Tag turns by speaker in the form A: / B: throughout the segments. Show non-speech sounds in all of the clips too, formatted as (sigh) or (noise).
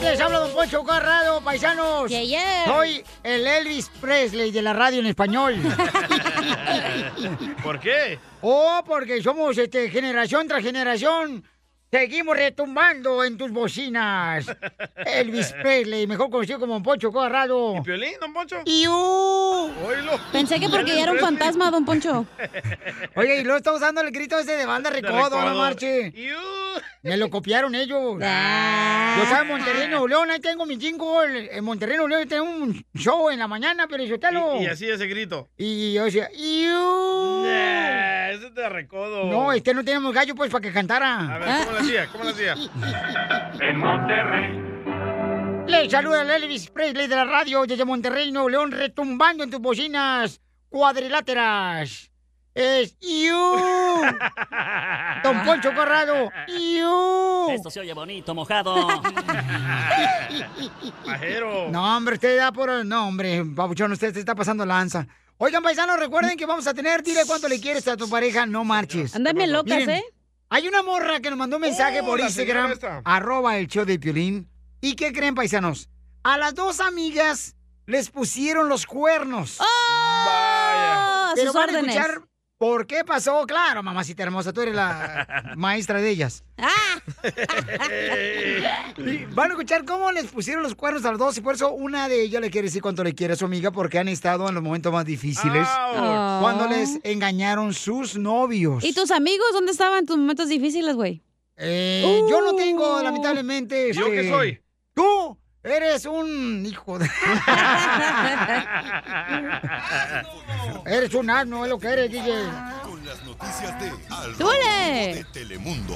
A: les habla Don Poncho Carrado, paisanos.
B: Yeah, yeah.
A: Soy el Elvis Presley de la radio en español.
C: (laughs) ¿Por qué?
A: oh, porque somos este, generación tras generación. Seguimos retumbando en tus
C: (laughs)
A: bocinas. Elvis Presley, mejor conocido como Don Poncho Corrado.
C: ¿Y Piolín, Don Poncho?
A: ¡Iu!
C: Oílo.
B: uh, Pensé que
C: (laughs)
B: porque ya era un
C: Elvis Presley.
B: fantasma, don Poncho.
A: Oye, y luego está usando el grito ese de banda recodo, no
C: Recodo.
A: marche.
C: Iu.
A: Me lo copiaron ellos. Yo estaba en Monterrey, Nuevo León, ahí tengo mi jingle. En Monterrey, Nuevo León, tengo un show en la mañana, pero yo te lo...
C: (laughs) Y, y así ese grito.
A: Y yo decía,
B: Uh.
A: "Iu".
C: Nah, ese te recodo.
A: No, este no tenemos gallo, pues, para que
C: A
A: cantara.
C: ver, ¿cómo lo hacía? ¿Cómo lo hacía?
D: En Monterrey.
A: Le saluda el Elvis Presley de la radio desde Monterrey, Nuevo León, retumbando en tus bocinas cuadriláteras. Es
E: (laughs)
A: Iu. Don Poncho Corrado. Iu.
E: Esto se oye bonito, mojado.
C: Pajero.
A: No, hombre, usted da por. No, hombre, papuchón, usted se está pasando lanza. Oigan, paisanos, recuerden que vamos a tener. Dile cuánto le quieres a tu pareja, no marches.
B: Andame locas,
A: Miren,
B: ¿eh?
A: Hay una morra que nos mandó un mensaje
C: Oh,
A: por
C: la señora
A: Instagram,
C: esta.
A: arroba el show de Piolín. ¿Y qué creen, paisanos? A las dos amigas les pusieron los cuernos.
B: ¡Oh! A
A: pero
B: sus
A: van a
B: órdenes.
A: escuchar por qué pasó. Claro, mamacita hermosa, tú eres
B: (laughs)
A: la maestra de ellas.
B: ¡Ah!
A: Y van a escuchar cómo les pusieron los cuernos a las dos y por eso una de ellas le quiere decir cuánto le quiere a su amiga porque han estado en los momentos más difíciles.
C: Ouch.
B: Oh.
A: Cuando les engañaron sus novios.
B: ¿Y tus amigos dónde estaban en tus momentos difíciles, güey?
A: Eh, Yo no tengo,
B: Uh.
A: lamentablemente.
C: ¿Yo
A: este,
C: qué soy?
A: Tú eres un hijo de. (laughs) eres un asno, es lo que eres, DJ.
F: Con las noticias de Al
B: ¡Súbele!
F: Rojo de Telemundo.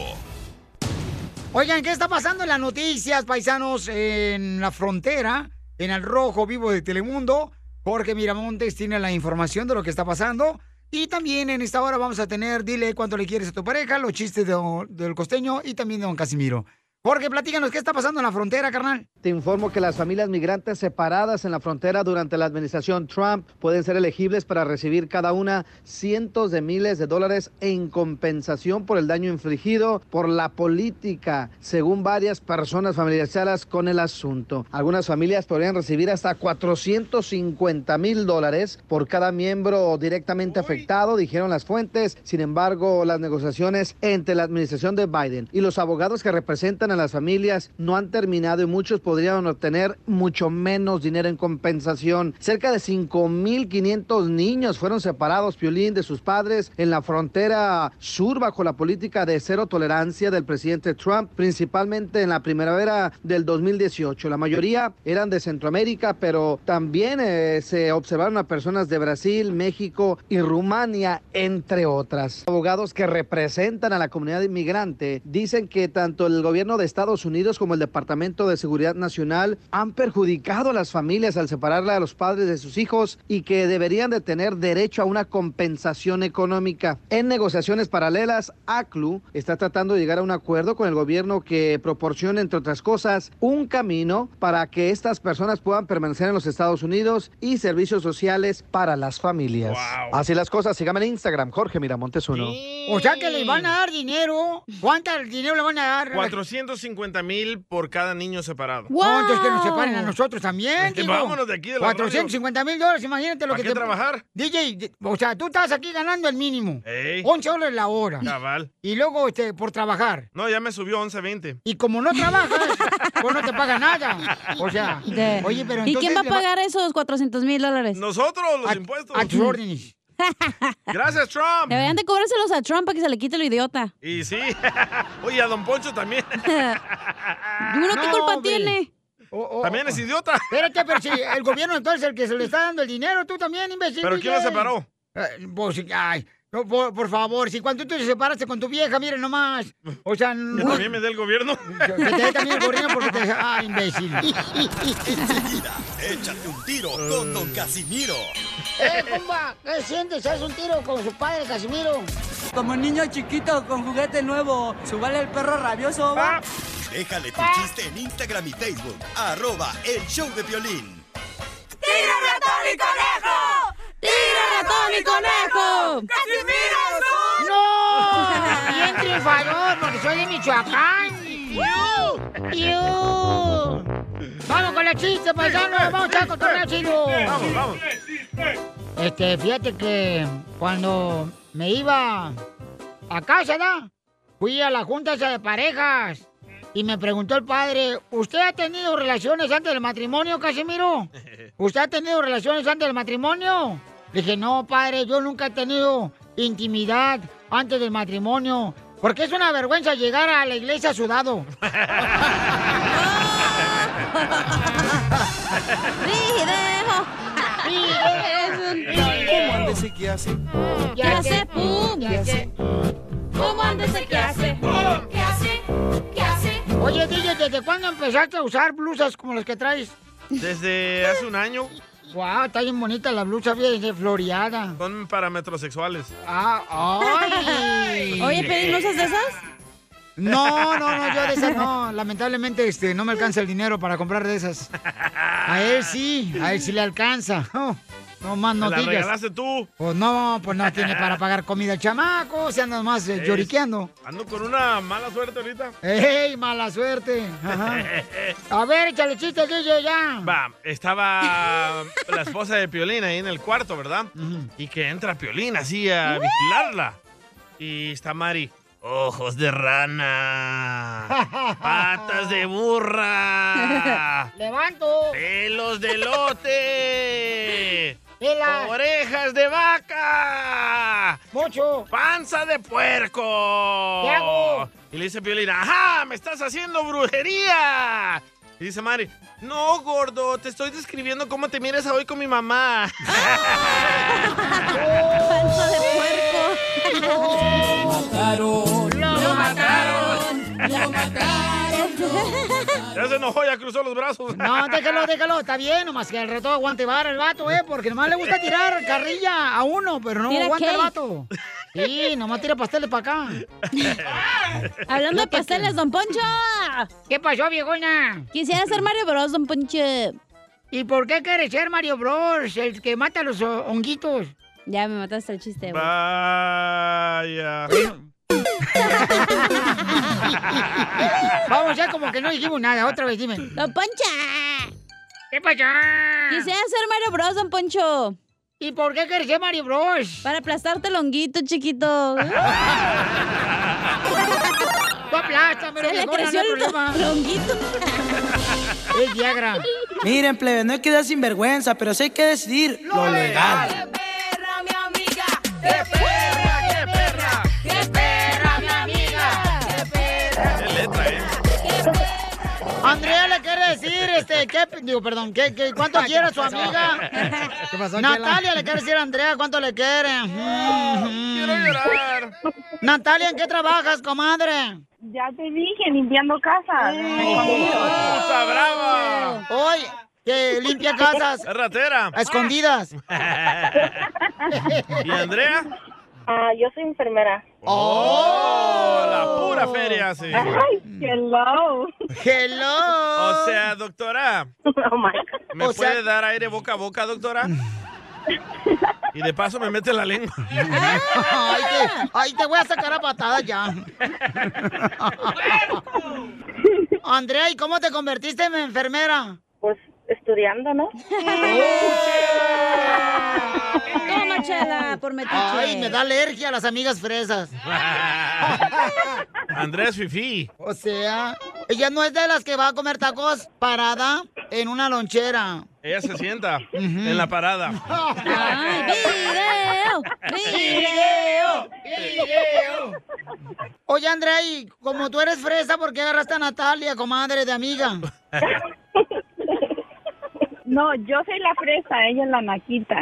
A: Oigan, ¿qué está pasando en las noticias, paisanos, en la frontera, en el rojo vivo de Telemundo? Jorge Miramontes tiene la información de lo que está pasando. Y también en esta hora vamos a tener, dile cuánto le quieres a tu pareja, los chistes de don- del costeño y también de don Casimiro. Jorge, platícanos, ¿qué está pasando en la frontera, carnal?
G: Te informo que las familias migrantes separadas en la frontera durante la administración Trump pueden ser elegibles para recibir cada una cientos de miles de dólares en compensación por el daño infligido por la política, según varias personas familiarizadas con el asunto. Algunas familias podrían recibir hasta 450 mil dólares por cada miembro directamente afectado, dijeron las fuentes. Sin embargo, las negociaciones entre la administración de Biden y los abogados que representan a las familias no han terminado y muchos podrían obtener mucho menos dinero en compensación. Cerca de 5.500 niños fueron separados, Piolín, de sus padres en la frontera sur bajo la política de cero tolerancia del presidente Trump, principalmente en la primavera del 2018. La mayoría eran de Centroamérica, pero también eh, se observaron a personas de Brasil, México y Rumania, entre otras. Abogados que representan a la comunidad inmigrante dicen que tanto el gobierno de Estados Unidos como el Departamento de Seguridad Nacional han perjudicado a las familias al separarle a los padres de sus hijos y que deberían de tener derecho a una compensación económica. En negociaciones paralelas, ACLU está tratando de llegar a un acuerdo con el gobierno que proporcione, entre otras cosas, un camino para que estas personas puedan permanecer en los Estados Unidos y servicios sociales para las familias.
C: Wow.
G: Así las cosas, síganme en Instagram, Jorge Miramontes uno.
A: O sea que les van a dar dinero. ¿Cuánto dinero le van a dar?
C: 450 mil por cada niño separado.
B: ¡Wow!
A: No, Oh, entonces que nos separen a nosotros también.
C: Este,
A: digo.
C: vámonos de aquí de la
A: 450 mil dólares, imagínate lo
C: ¿Para
A: que te...
C: qué trabajar?
A: DJ, de- o sea, tú estás aquí ganando el mínimo.
C: Ey,
A: 11 dólares la hora.
C: cabal.
A: Y luego, este, por
B: (laughs)
A: trabajar.
C: No, ya me subió 11.20.
A: Y como no
C: (laughs)
A: trabajas, pues no te paga nada. O sea,
B: De-
A: (laughs) oye, pero
B: ¿Y
A: entonces...
B: quién va a
A: le
B: pagar esos 400 mil dólares?
C: Nosotros, los
A: a-
C: impuestos.
A: A tus
B: (laughs)
A: órdenes.
C: Gracias, Trump.
B: Deberían de cobrárselos a Trump para que se le quite lo idiota.
C: Y sí. (laughs) Oye, a Don Poncho también.
B: ¿Uno qué
A: No,
B: culpa
A: hombre.
B: tiene?
A: O- o-
C: También
A: o-
C: es idiota.
A: Espérate, pero
C: (laughs)
A: si el gobierno entonces es el que se le está dando el dinero, tú también, imbécil.
C: ¿Pero quién lo
A: DJ.
C: separó?
A: Eh, pues, ay, no, por, por favor, si cuando tú te separaste con tu vieja, miren nomás. O
C: (laughs)
A: sea,
C: Que
A: no,
C: también me dé el gobierno.
A: Que te dé también el gobierno porque te... Ah, imbécil.
C: (laughs)
F: Enseguida, échate un tiro con Don Casimiro.
A: ¡Eh, compa! ¿Qué sientes? ¿Haz un tiro con su padre, Casimiro?
H: Como niño chiquito con juguete nuevo, subale el perro rabioso, va.
F: Déjale tu chiste en Instagram y Facebook. Arroba el show de violín.
H: ¡Tira ratón y conejo!
B: ¡Tira ratón y conejo!
A: ¡Ah!
H: ¡Casimiro (laughs)
A: ¡No! ¡Bien triunfador! Porque soy de Michoacán. ¡Vamos con los chistes, paisanos! ¡Vamos a cotorrear chido! (laughs)
C: Vamos, vamos.
A: Este, fíjate que cuando me iba a casa, ¿da? Fui a la junta esa de parejas y me preguntó el padre, ¿usted ha tenido relaciones antes del matrimonio, Casimiro? ¿Usted ha tenido relaciones antes del matrimonio? Le dije, no, padre, yo nunca he tenido intimidad antes del matrimonio, porque es una vergüenza llegar a la iglesia sudado. (laughs)
B: ¡Video! ¡Eres un video!
E: Ese que hace.
B: ¿Qué hace? Mm, ¡Pum! ¿Qué hace? ¿Cómo andas? ¿Qué hace?
I: ¿Qué hace? ¿Qué hace?
A: Oye, DJ, ¿desde cuándo empezaste a usar blusas como las que traes?
C: Desde hace un año
A: Guau, está bien bonita la blusa, bien floreada.
C: son para metrosexuales.
A: Ah, ay.
B: Oye, ¿pedí blusas de esas?
A: No, no, no, yo de esas no. Lamentablemente, este, no me alcanza el dinero para comprar de esas. A él sí, a él sí le alcanza. Oh, no más
C: Me
A: no
C: la
A: digas.
C: regalaste tú.
A: Pues no, pues no tiene para pagar comida el chamaco, se anda más eh,
C: Es-
A: lloriqueando.
C: Ando con una mala suerte ahorita.
A: ¡Ey, mala suerte! Ajá. A ver, échale chiste, DJ, ya.
C: (laughs) Va, estaba la esposa de Piolín ahí en el cuarto, ¿verdad? Y que entra Piolín así a vigilarla. Y está Mari. Ojos
A: (laughs)
C: de rana. Patas de burra.
A: (laughs) ¡Levanto!
C: Pelos de lote.
A: ¡Vela!
C: Orejas de vaca.
A: ¡Mucho!
C: ¡Panza de puerco!
A: ¿Qué hago?
C: Oh, Y le dice Piolín, ¡ajá! ¡Me estás haciendo brujería! Y dice Mari, no, gordo, te estoy describiendo cómo te miras hoy con
A: (laughs)
C: mi mamá.
B: ¡Panza de puerco!
A: ¡Lo
C: ya se enojó, ya cruzó los brazos.
A: No, déjalo, déjalo, está bien, nomás que al rato aguante vara el vato, eh, porque nomás le gusta tirar carrilla a uno, pero no
B: Tira
A: aguanta el
B: cake.
A: vato. Sí, nomás tira pasteles para acá.
B: Hablando de (laughs) pasteles, Don Poncho.
A: ¿Qué pasó, viejona?
B: Quisiera ser Mario Bros, Don Poncho.
A: ¿Y por qué quieres ser Mario Bros, el que mata los oh, honguitos?
B: Ya me mataste el chiste, güey.
C: Vaya.
A: Vamos, ya como que no dijimos nada, otra vez dime.
B: Don Poncho.
A: ¿Qué pasó?
B: Quisiera ser Mario Bros, Don Poncho.
A: ¿Y por qué quieres ser Mario Bros?
B: Para aplastarte el honguito, chiquito.
A: Tú aplástamelo,
B: Se
A: viejona,
B: le
A: no
B: creció
A: hay
B: el
A: problema.
B: honguito.
A: Es Viagra.
H: Miren, plebe, no hay que dar sinvergüenza, pero sí hay que decidir lo legal.
I: perra, mi amiga! ¡Qué perra, qué perra! ¡Qué perra, mi amiga! ¡Qué perra!
C: Qué letra, ¿eh?
A: Andrea le quiere decir, este, ¿qué? Digo, perdón, ¿qué, qué, cuánto quiere
B: pues
A: su amiga?
B: (laughs) ¿Qué pasó,
A: Natalia le quiere decir a Andrea cuánto le quiere. Mm,
C: Quiero llorar.
A: mm. Natalia, ¿en qué trabajas, comadre?
J: Ya te dije, limpiando casa.
C: Oh, ¡Puta brava!
A: Hoy, que limpia casas
C: Es ratera.
A: a escondidas.
C: ¿Y (laughs) Andrea?
J: Ah, yo soy enfermera.
C: ¡Oh! La pura feria, sí.
J: Ay, hello.
A: Hello.
C: O sea, doctora,
J: Oh my God.
C: ¿me
A: O sea-
C: puede dar aire boca a boca, doctora? Y de paso me mete la lengua.
A: ay, te, ay, te voy a sacar a patada ya. Andrea, ¿y cómo te convertiste en enfermera?
J: Pues estudiando, ¿no?
B: ¡Oh! Toma, chela, por metiche.
A: ¡Oh! Ay, me da alergia a las amigas fresas.
C: Andrés Fifi.
A: O sea, ella no es de las que va a comer tacos parada en una lonchera.
C: Ella se sienta en la parada.
B: Ay, video, video.
A: Oye, Andrea, y como tú eres fresa, ¿por qué agarraste a Natalia, comadre de amiga?
J: No, yo soy la fresa, ella es la naquita.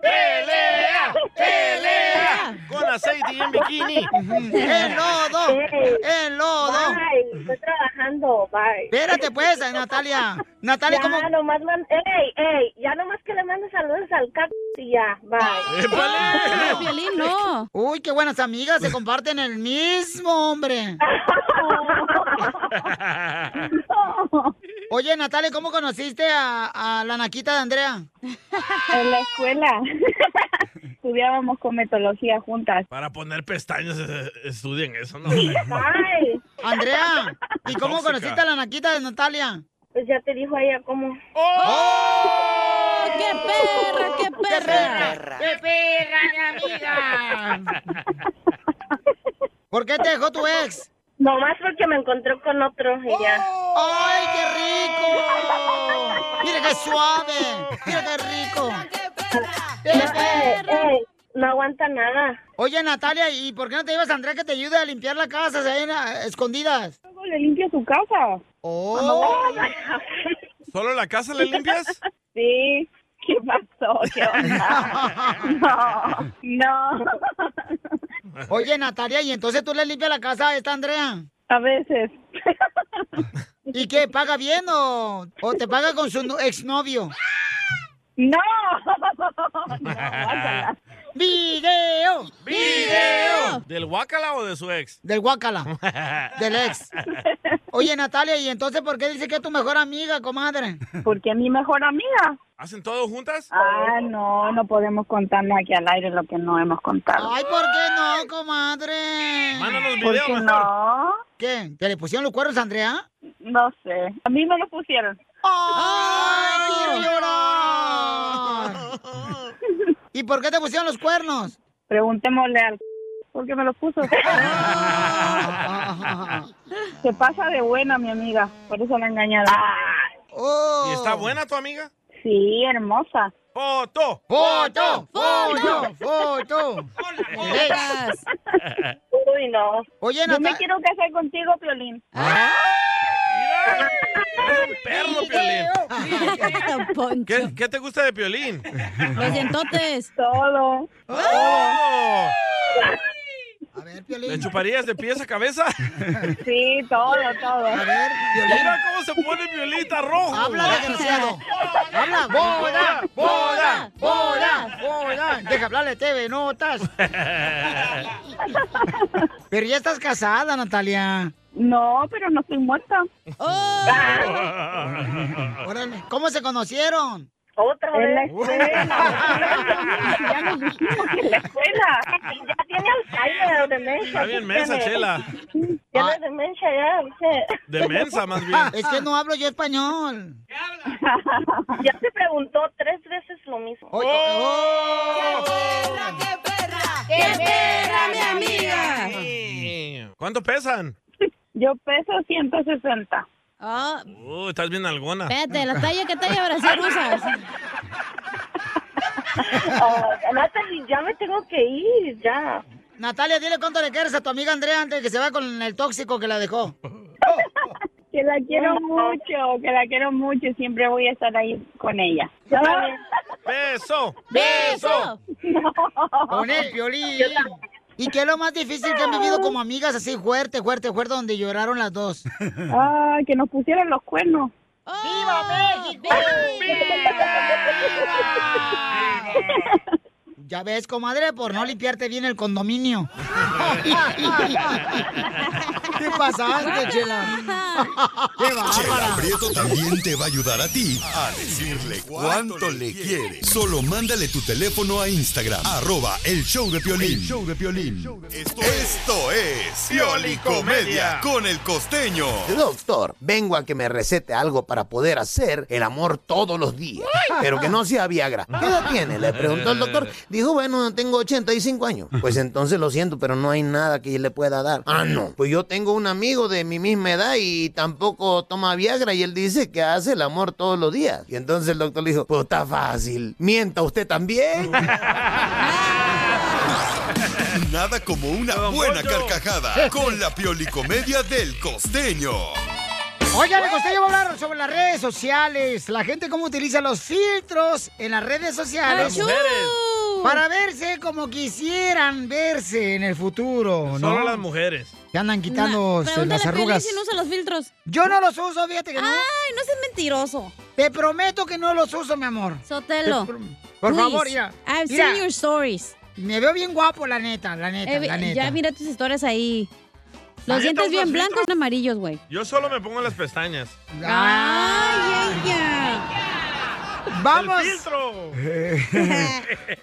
C: ¡Pelea! ¡Pelea! Con aceite y en bikini.
A: ¡El lodo! ¡El lodo!
J: Bye, estoy trabajando, bye.
A: Espérate, pues, eh, Natalia. Natalia,
J: Ya
A: ¿cómo?
J: nomás, man- ey, ey, ya nomás que le mande saludos al caco y ya, bye.
B: (laughs)
C: ¡Épale!
B: Ah, Piolín, Ah, no.
A: Uy, qué buenas amigas, se comparten el mismo
B: (laughs)
A: hombre. Oye, Natalia, ¿cómo conociste a, a la naquita de Andrea? (laughs)
J: En la escuela.
B: estudiábamos cosmetología juntas.
C: Para poner pestañas, eh, estudien eso, ¿no? (laughs)
B: ¡Ay!
A: Andrea, ¿y cómo
C: Tóxica.
A: conociste a la naquita de Natalia?
B: Pues ya te dijo ella cómo.
K: ¡Oh, ¡Qué perra, qué perra!
A: ¡Qué perra, mi amiga! ¿Por qué te dejó tu ex?
B: Nomás porque me encontró con otro y ya.
A: ¡Ay, qué rico! ¡Mira qué suave! ¡Mira qué rico! ¡Qué
B: Eh,
A: perra!
B: eh, no aguanta nada.
A: Oye, Natalia, ¿y por qué no te llevas a Andrea que te ayude a limpiar la casa, ahí en- a- escondidas?
B: Luego le limpio su casa.
A: ¡Oh!
C: ¿Solo la casa le limpias?
B: (laughs) Sí. ¿Qué pasó? ¿Qué onda? No, no.
A: Oye, Natalia, ¿y entonces tú le limpias la casa a esta Andrea?
B: A veces.
A: ¿Y qué? ¿Paga bien o, o te paga con su no- exnovio?
B: No. No, guácala.
A: ¡Video!
C: ¡Video! (laughs) ¿Del guacala o de su ex?
A: Del guacala,
C: (laughs)
A: del ex. Oye, Natalia, ¿y entonces por qué dice que es tu mejor amiga, comadre?
B: Porque mi mejor amiga.
C: ¿Hacen todo juntas?
B: Ah, no, no podemos contarnos aquí al aire lo que no hemos contado.
A: Ay, ¿por qué no, comadre?
B: (laughs)
C: Mándanos
B: ¿Por
C: video
B: qué
C: mejor.
B: no?
A: ¿Qué? ¿Te le pusieron los cuernos a Andrea?
B: No sé. A mí me lo pusieron.
A: ¡Ay, quiero (laughs) llorar! ¿Y por qué te pusieron los cuernos?
B: Preguntémosle al... Porque me lo puso. Se pasa de buena, mi amiga. Por eso la engañaron.
A: Oh.
C: ¿Y está buena tu amiga?
B: Sí, hermosa.
C: ¡Foto!
A: ¡Foto! ¡Foto! ¡Foto! Del ex.
B: Uy, no.
A: Oye,
B: Yo me
A: Natalia.
B: quiero casar contigo, Piolín.
C: ¡Mira! ¡Eres un perro, Piolín!
K: Don Poncho.
C: ¿Qué, qué te gusta de Piolín?
K: Los dientotes.
B: Todo.
C: ¡Oh!
A: A ver,
C: ¿Le
A: Piolín.
C: chuparías de pies a cabeza?
B: Sí, todo, todo.
A: A ver, Piolín.
C: ¡Mira cómo se pone Piolita rojo!
A: Habla, desgraciado. Habla. Boda, boda, boda, boda. Deja hablarle TV Notas. Pero ya estás casada, Natalia.
B: No, pero no estoy muerta.
K: ¡Oh!
A: Órale. ¿Cómo se conocieron?
B: Otra vez. En la escuela. (laughs) ya nos dijimos que en la escuela. Ya tiene Alzheimer o demencia.
C: Está bien mensa,
B: tiene-
C: Chela.
B: Tiene demencia ya, dice.
C: De mensa, más bien.
A: Es que no hablo yo español.
B: (laughs) Ya te preguntó tres veces lo mismo.
A: Oye, oh.
K: ¡Qué perra, mi amiga!
C: ¿Cuánto pesan?
B: Yo peso 160.
K: Oh,
C: Uh, estás bien alguna.
K: espérate, la talla, ¿qué talla brasier usas?
B: Oh, Natalie, ya me tengo que ir, ya.
A: Natalia, dile cuánto le quieres a tu amiga Andrea antes de que se vaya con el tóxico que la dejó.
B: Que la quiero mucho, que la quiero mucho y siempre voy a estar ahí con ella. Yo también.
C: ¡Beso!
K: ¡Beso!
A: Con el violín. ¿Y qué es lo más difícil que han vivido como amigas así fuerte, fuerte, fuerte, donde lloraron las dos?
B: Ah, que nos pusieron los cuernos.
K: Oh, ¡Viva México!
A: Ya ves, comadre, por no limpiarte bien el condominio. ¿Qué pasaste, chela? ¡Qué
F: Chela
A: bárbara!
F: Prieto también te va a ayudar a ti a decirle cuánto le quiere. Solo mándale tu teléfono a Instagram, arroba el show de Piolín. show de Esto, esto es Pioli Comedia con el costeño.
L: Doctor, vengo a que me recete algo para poder hacer el amor todos los días, pero que no sea Viagra. ¿Qué edad tiene? Le preguntó el doctor. Dijo, bueno, tengo 85 años. Pues entonces lo siento, pero no hay nada que le pueda dar. Ah, no. Pues yo tengo un amigo de mi misma edad y tampoco toma Viagra y él dice que hace el amor todos los días. Y entonces el doctor le dijo, pues está fácil. Mienta usted también.
F: (laughs) Nada como una
C: Don
F: buena
C: Poncho.
F: carcajada con la Pioli Comedia del costeño.
A: Oigan, el costeño va a hablar sobre las redes sociales. La gente cómo utiliza los filtros en las redes sociales
K: ¡Achú!
A: para verse como quisieran verse en el futuro,
C: Solo las
A: ¿no?
C: mujeres.
A: Que andan quitando
K: Pregúntale
A: las
K: a Piolín
A: arrugas.
K: si no usa los filtros.
A: Yo no los uso, fíjate que no.
K: ¡Ay, no seas mentiroso!
A: Te prometo que no los uso, mi amor.
K: Sotelo.
A: Por, por
K: please,
A: favor, ya.
K: I've
A: Mira,
K: seen your stories.
A: me veo bien guapo, la neta, la neta,
K: Eh, vi-
A: la neta.
K: ya mira tus historias ahí.
C: ¿La
K: Los
C: neta
K: dientes
C: usas
K: bien
C: filtro?
K: blancos, amarillos, güey.
C: Yo solo me pongo las pestañas.
A: Ah,
K: ¡Ay, ella!
A: Vamos.
C: El filtro.
A: Eh.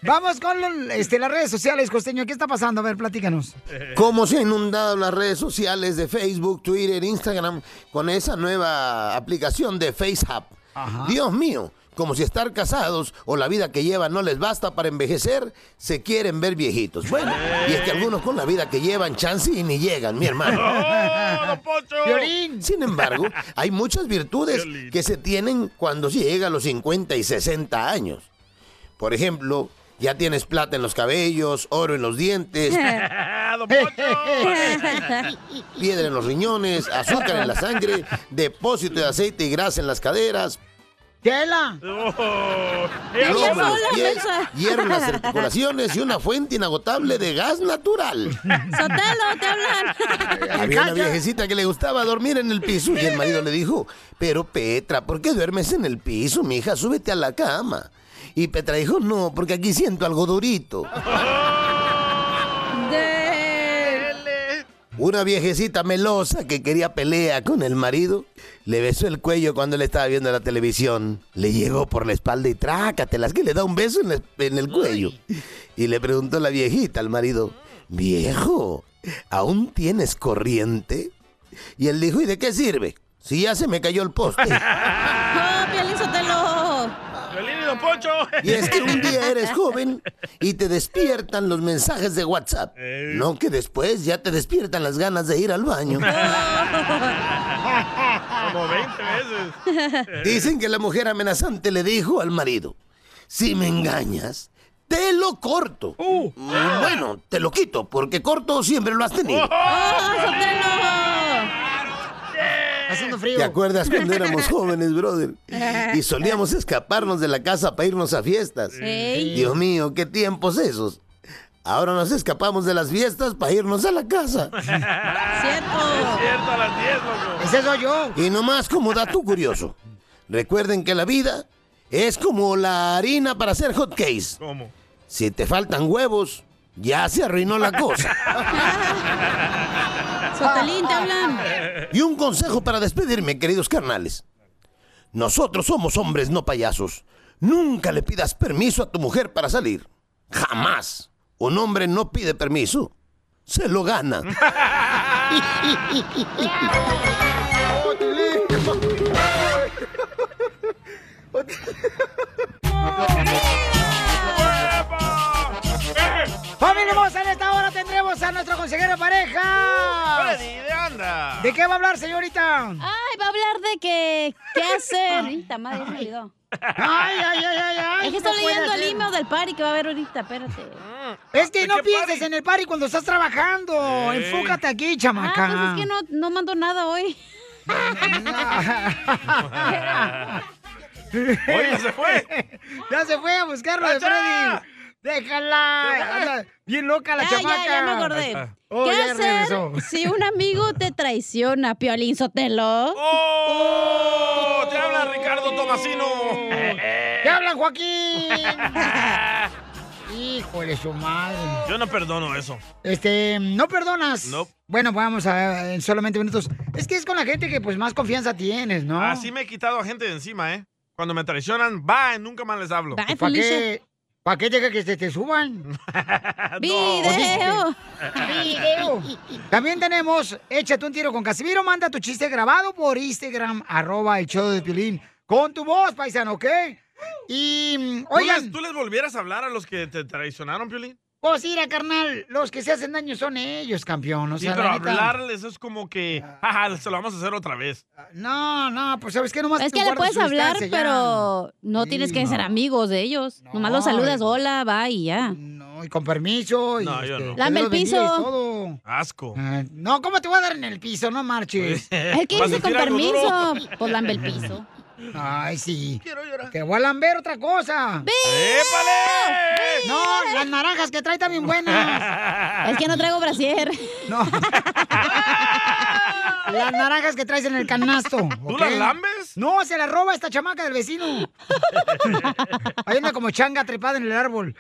A: Vamos con lo- este, las redes sociales, Costeño. ¿Qué está pasando? A ver, platícanos.
C: Eh.
A: (laughs)
L: ¿Cómo se han inundado las redes sociales de Facebook, Twitter, Instagram con esa nueva aplicación de FaceApp?
C: (laughs)
L: Dios mío, como si estar casados o la vida que llevan no les basta para envejecer, se quieren ver viejitos. Bueno, y es que algunos con la vida que llevan chance y ni llegan, mi hermano. Sin embargo, hay muchas virtudes que se tienen cuando se llega a los 50 y 60 años. Por ejemplo, ya tienes plata en los cabellos, oro en los
B: (laughs)
L: dientes,
F: (laughs)
L: piedra en los riñones, azúcar en la sangre, depósito de aceite y grasa en las caderas.
A: ¡Tela!
L: Plomo en los pies, hierro en las
K: (laughs)
L: articulaciones y una fuente inagotable de gas natural.
K: Sotelo, te
F: (laughs)
K: hablan.
L: Había una viejecita que le gustaba dormir en el piso y el marido le dijo, pero Petra, ¿por qué duermes en el piso, mija? Súbete a la cama. Y Petra dijo, no, porque aquí siento algo durito. Una viejecita melosa que quería pelea con el marido le besó el cuello cuando él estaba viendo la televisión. Le llegó por la espalda y trácatelas que le da un beso en, la esp- en el cuello. Y le preguntó la viejita al marido, viejo, ¿aún tienes corriente? Y él dijo, ¿y de qué sirve? Si ya se me cayó el poste.
K: No, Oh, Piolín Sotelo.
C: Piolín y Don Poncho.
L: Y es que un día eres joven y te despiertan los mensajes de WhatsApp. No que después ya te despiertan las ganas de ir al baño.
C: Como 20 veces.
L: (laughs) Dicen que la mujer amenazante le dijo al marido, si me engañas, te lo corto.
A: Uh.
L: Mm, Bueno, te lo quito, porque corto siempre lo has
K: ¡Oh,
A: (laughs)
L: tenido.
A: Haciendo
L: ¿Te acuerdas cuando éramos jóvenes, brother? Y solíamos escaparnos de la casa para irnos a fiestas.
K: Ey.
L: Dios mío, qué tiempos esos. Ahora nos escapamos de las fiestas para irnos a la casa.
C: Es cierto, a las 10,
A: (laughs)
C: loco.
A: Ese soy yo.
L: Y nomás como dato curioso. Recuerden que la vida es como la harina para hacer hotcakes.
C: ¿Cómo?
L: Si te faltan huevos, ya se arruinó la cosa.
B: (laughs)
K: Sotelín, te hablan.
A: Ah.
L: Y un consejo para despedirme, queridos carnales. Nosotros somos hombres, no payasos. Nunca le pidas permiso a tu mujer para salir. Jamás. Un hombre no pide permiso. Se lo gana. (laughs)
C: Eh.
A: ¡Familia hermosa! En esta hora tendremos a nuestro consejero de pareja.
C: Uh, Freddy de Anda.
A: ¿De qué va a hablar, señorita?
K: Ay, va a hablar de que. ¿Qué hacer? Ahorita, madre, ya se me olvidó.
A: Ay, ay, ay, ay, ay.
K: Es que estoy
A: no puede
K: leyendo el
A: ser. Ah,
K: email del party que va a haber ahorita, espérate.
A: Es que no pienses en el party cuando estás trabajando.
K: Ey.
A: Enfócate aquí,
K: Ah, pues
A: chamaca.
K: es que no, no mando nada hoy. Ah,
C: (laughs) Oye, ya se fue.
A: (laughs) ya se fue a buscarlo de
K: ¡Cacha!
A: Freddy. Déjala. Anda, bien loca la
K: ya,
A: chamaca.
K: Ya, ya me acordé.
A: Oh,
K: ¿Qué
A: ya
K: hacer
A: regresó.
K: si un amigo te traiciona, Piolín Sotelo?
C: ¡Oh! Te habla Ricardo Tomasino.
A: ¿Qué hablan,
C: (laughs)
A: Joaquín? Híjole, su madre.
C: Yo no perdono eso.
A: Este, ¿no perdonas?
C: No.
A: Bueno, vamos a en solamente minutos. Es que es con la gente que pues más confianza tienes, ¿no?
C: Así me he quitado a gente de encima, ¿eh? Cuando me traicionan, bye, nunca más les hablo.
A: ¿Para qué, ¿Para qué deja que se te
C: (laughs)
A: suban?
C: Ah,
K: ¡Video!
A: Video. También tenemos, échate un tiro con Casimiro, manda tu chiste grabado por Instagram, arroba el show de Piolín, con tu voz, paisano, ¿ok? Y, mm,
C: ¿Tú les-
A: oigan,
C: ¿Tú les volvieras a hablar a los que te traicionaron, Piolín?
A: pues mira, carnal, los que se hacen daño son ellos, campeón, o
C: Sí,
A: sea,
C: pero
A: la neta. Ah.
C: hablarles es como que, jaja, se lo vamos a hacer otra vez.
A: No, no, pues sabes que nomás
K: Es
A: tú
K: que le
A: guardas
K: puedes
A: su
K: hablar,
A: distancia ya.
K: pero no tienes que ser amigos de ellos. Nomás los saludas, hola, va y ya.
A: No, y con permiso. Y,
C: No, yo
A: este,
C: no.
K: Lame
A: Dios
K: el
A: los bendiga y
K: piso.
A: todo.
C: Asco.
A: Ah, no, ¿cómo te voy a dar en el piso? No marches.
K: (laughs) Es que dice con permiso. Pues lambe el piso.
A: (laughs) Ay, sí. Quiero llorar. Te voy a lamber otra cosa.
C: ¡Épale!
A: No, las naranjas que trae también buenas.
K: (laughs) Es que no traigo brasier.
A: No. (laughs) Las naranjas que traes en el canasto. ¿ok?
C: las lambes?
A: No, se las roba esta chamaca del
C: (laughs)
A: vecino. Ahí anda como changa trepada en el árbol.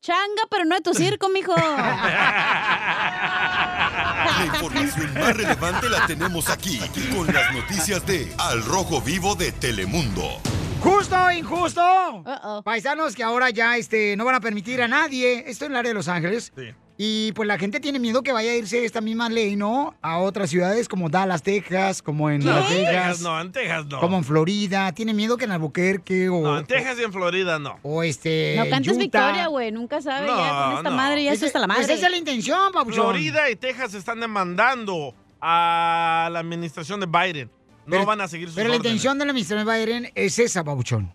K: Changa, pero no de tu circo,
A: (laughs)
K: mijo.
F: La información más relevante la tenemos aquí, aquí, con las noticias de Al Rojo Vivo de Telemundo.
A: Justo o injusto. Paisanos que ahora ya este, no van a permitir a nadie. Esto en el área de Los Ángeles. Y pues la gente tiene miedo que vaya a irse esta misma ley, ¿no? A otras ciudades como Dallas, Texas, como en
C: No,
A: Las
C: en Texas
A: Vegas.
C: no, en Texas no.
A: Como en Florida. Tiene miedo que en Albuquerque o.
C: No, en Texas y en Florida no.
A: O este.
K: No cantes
A: Utah.
K: victoria, güey. Nunca sabes. ya con esta madre, ya
A: Ese-
K: eso está la madre.
A: Pues esa es la intención, papuchón.
C: Florida y Texas están demandando a la administración de Biden. No
A: Pero-
C: van a seguir sus
A: Pero la
C: órdenes.
A: intención de la administración Biden es esa, Babuchón.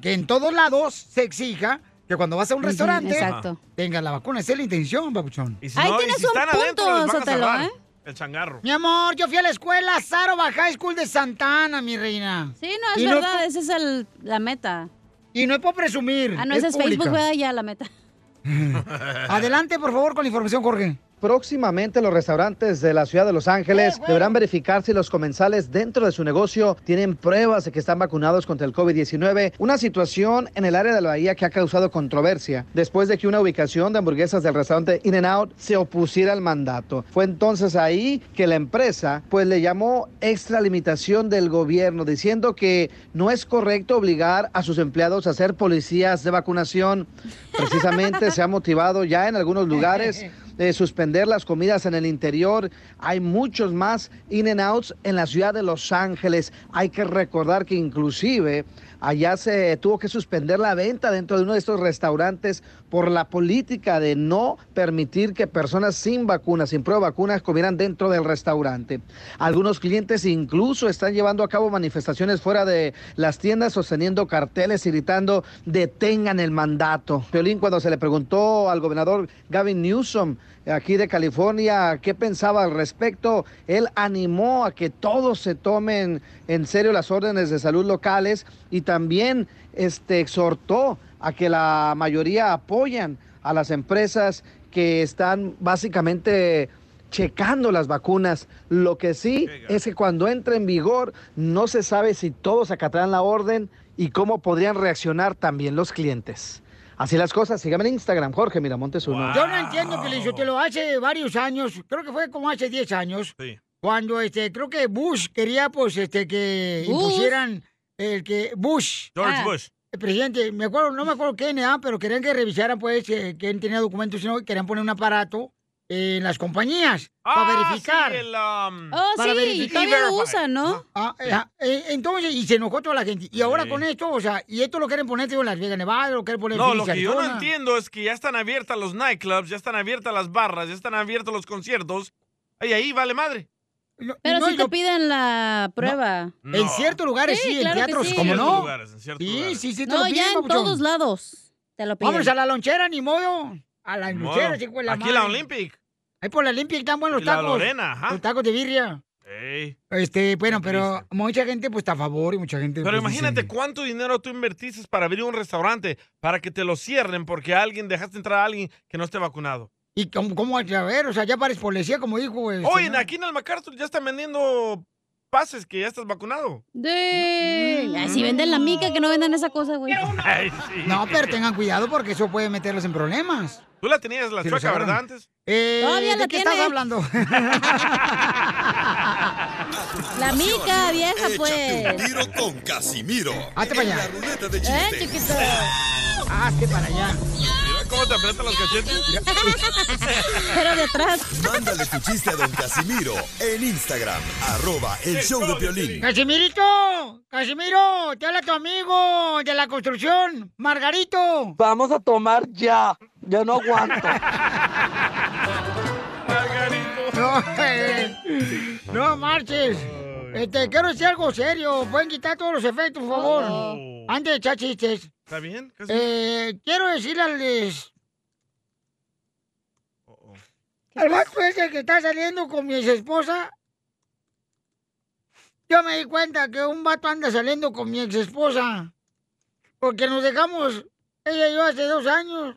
A: Que en todos lados se exija que cuando vas a un
K: Ujú,
A: restaurante
K: exacto.
A: tengas la vacuna. Esa es la intención, Babuchón.
C: Y si no, y si están adentro, les van a
K: ¿eh?
C: cerrar El changarro.
A: Mi amor, yo fui a la escuela Sarova High School de Santa Ana, mi reina.
K: Sí, no, es
A: Y no
K: verdad. Esa es el- la meta.
A: Y no es por presumir.
K: Ah, no, ese es Facebook, ¿verdad? Ya, la meta.
A: Adelante, por favor, con la información, Jorge. Eh,
G: Próximamente los restaurantes de la ciudad de Los Ángeles deberán verificar si los comensales dentro de su negocio tienen pruebas de que están vacunados contra el COVID-19, una situación en el área de la bahía que ha causado controversia después de que una ubicación de hamburguesas del restaurante In-N-Out se opusiera al mandato. Fue entonces ahí que la empresa pues le llamó extralimitación del gobierno diciendo que no es correcto obligar a sus empleados a ser policías de vacunación. Precisamente se ha motivado ya en algunos lugares eh, suspender las comidas en el interior. Hay muchos más in and outs en la ciudad de Los Ángeles. Hay que recordar que inclusive allá se tuvo que suspender la venta dentro de uno de estos restaurantes por la política de no permitir que personas sin vacunas, sin prueba de vacunas, comieran dentro del restaurante. Algunos clientes incluso están llevando a cabo manifestaciones fuera de las tiendas sosteniendo carteles y gritando detengan el mandato. Piolín, cuando se le preguntó al gobernador Gavin Newsom aquí de California qué pensaba al respecto, él animó a que todos se tomen en serio las órdenes de salud locales y también este, exhortó a que la mayoría apoyan a las empresas que están básicamente checando las vacunas. Lo que sí es que cuando entre en vigor no se sabe si todos acatarán la orden y cómo podrían reaccionar también los clientes. Así las cosas, síganme en Instagram, Jorge Miramontes uno.
A: Yo no
K: Ah.
A: entiendo que le lo hace varios años, creo que fue como hace 10 años, cuando este, creo que Bush quería pues este que
C: Bush.
A: impusieran el que Bush.
C: George Ah. Bush.
A: El presidente, me acuerdo, no me acuerdo quién era, pero querían que revisaran pues que quién tenía documentos, sino que querían poner un aparato en las compañías para
C: Ah,
A: verificar.
C: sí, el, um,
K: Oh, sí, todavía lo usan, ¿no?
A: Ah, eh, ah, eh, entonces, y se enojó toda la gente. Y ahora
C: Sí.
A: con esto, o sea, y esto lo quieren poner digo, en Las Vegas, Nevada, lo quieren poner en
C: No, lo
A: Phoenix,
C: que yo no
A: Arizona.
C: entiendo es que ya están abiertas los nightclubs, ya están abiertas las barras, ya están abiertos los conciertos. Y ahí vale madre.
K: Pero
A: no,
K: si
A: y
K: te
A: lo-
K: piden la prueba.
C: No.
A: En ciertos lugares sí, en
K: claro que
A: teatros,
K: sí.
A: como
C: En ciertos
A: no.
C: lugares, en ciertos
A: Sí,
C: lugares.
A: sí, sí, te lo
K: No,
A: piden,
K: ya en
A: papuchón.
K: todos lados. Te lo piden.
A: Vámonos a la lonchera, ni modo. A la
C: Ni
A: lonchera,
C: modo.
A: sí, la
C: Aquí la
A: madre.
C: Olympic.
A: Ahí por la Olympic están buenos
C: Y
A: los
C: la
A: tacos.
C: Lorena, ajá.
A: Los tacos de birria.
C: Ey.
A: Este, bueno, pero mucha gente pues está a favor y mucha gente...
C: Pero
A: pues,
C: imagínate cuánto dinero tú invertiste para abrir un restaurante, para que te lo cierren porque alguien dejaste entrar a alguien que no esté vacunado.
A: dice, ¿Y cómo, cómo vas a ver? O sea, ya pares policía, como dijo... este,
C: Oye,
A: ¿no?
C: aquí en el MacArthur ya están vendiendo pases que ya estás vacunado.
A: Mm.
K: De... Ay, si venden la mica, que no vendan esa cosa, güey.
A: (laughs)
C: Ay, sí.
A: No, pero tengan cuidado porque eso puede meterlos en problemas.
C: Tú la tenías la
A: Si los
C: chueca,
A: agarran.
C: ¿verdad? Antes.
A: Eh,
K: Todavía
A: ¿De
K: la
A: qué
K: tiene.
A: estás hablando?
K: (laughs) La mica, vieja,
F: (laughs) Échate un
K: pues.
F: tiro con Casimiro.
A: Hazte para allá.
K: Eh, chiquito.
A: Hazte Ah, para allá.
C: Mira cómo te aprietan los cachetes.
K: Pero detrás.
F: Mándale tu chiste a don Casimiro en Instagram, arroba el show de violín.
A: ¡Casimirito! ¡Casimiro! ¡Te habla tu amigo de la construcción! ¡Margarito!
M: Vamos a tomar ya. Yo no
A: (laughs)
M: aguanto.
A: No, eh, no marches. Este, quiero decir algo serio. Pueden quitar todos los efectos, por favor. Antes de echar chistes.
C: (laughs) ¿Está bien? Casi-
A: Eh, quiero decirle al...
C: Oh,
A: Al vato ese que está saliendo con mi esposa. Yo me di cuenta que un vato anda saliendo con mi ex esposa. Porque nos dejamos ella y yo hace dos años.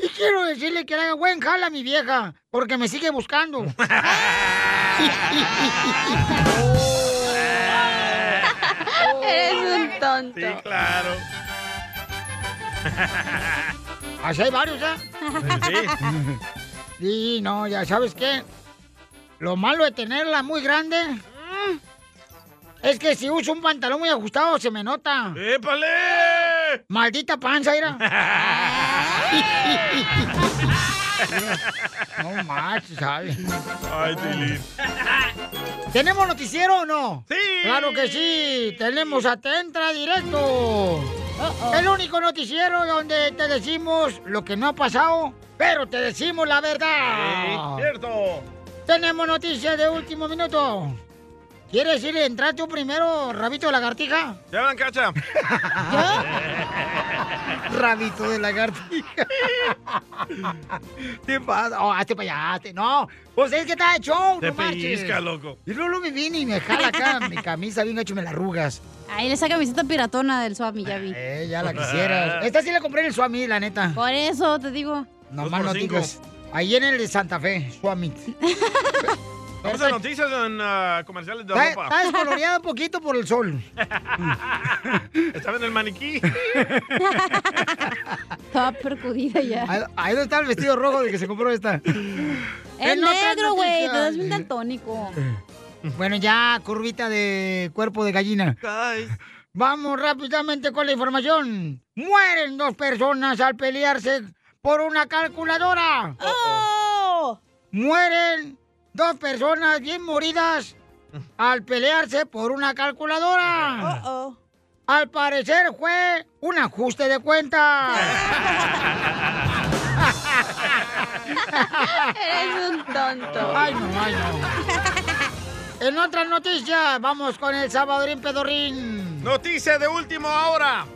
A: Y quiero decirle que le haga buen jala a mi vieja. Porque me sigue
C: (laughs)
A: buscando. (laughs)
I: (laughs) Eres un tonto.
C: Sí, claro.
A: Así hay varios, ¿eh?
K: (laughs)
A: Sí, no, ya sabes qué. Lo malo de tenerla muy grande Es que si uso un pantalón muy ajustado se me nota.
C: ¡Épale!
A: Maldita panza, era. no macho, ¿sabes?
K: (laughs)
C: Ay, Tilín.
A: ¿Tenemos noticiero o no?
C: ¡Sí!
A: ¡Claro que sí! ¡Tenemos a Te Entra Directo! El único noticiero donde te decimos lo que no ha pasado, pero te decimos la verdad.
C: Sí, cierto.
A: Tenemos noticias de último minuto. ¿Quieres ir entrar tú primero, Rabito de Lagartija?
C: ¿Ya van, cacha?
A: Rabito de Lagartija. (laughs) ¿Qué pasa? Oh, hazte para allá, te- no. Pues es que está de show,
C: Te
A: no marches.
C: pellizca, loco.
A: Y luego me viene y me jala
C: (laughs)
A: acá mi camisa bien hecho y me la arrugas.
K: Ahí le esa camiseta piratona del Swami, ya vi.
A: Eh, ya la
C: Ah,
A: quisieras. Esta sí la compré en el Suami, la neta.
K: Por eso te
A: (laughs)
K: digo.
A: Nomás
C: Dos
A: no
C: por cinco.
A: digas. Ahí en el de Santa Fe,
C: (laughs)
A: Suami.
C: Vamos a noticias en ah, comerciales de
A: Está,
C: ropa.
A: está descoloreada un poquito por el sol.
C: Estaba en el maniquí.
K: (laughs) Estaba percudida ya.
A: Ahí, ahí donde está el vestido rojo de que se compró esta.
K: Es
A: En Eh, otras
K: negro, güey. Te
A: noticias.
K: das bien daltónico.
A: Bueno, ya, curvita de cuerpo de gallina. Vamos rápidamente con la información. Mueren dos personas al pelearse por una calculadora. Mueren dos personas bien moridas al pelearse por una calculadora. Al parecer fue un ajuste de cuentas.
B: (laughs) Eres un tonto.
A: Ay, no, ay, no. En otras noticias, vamos con el Salvadorín Pedorrín.
C: Noticia de última hora.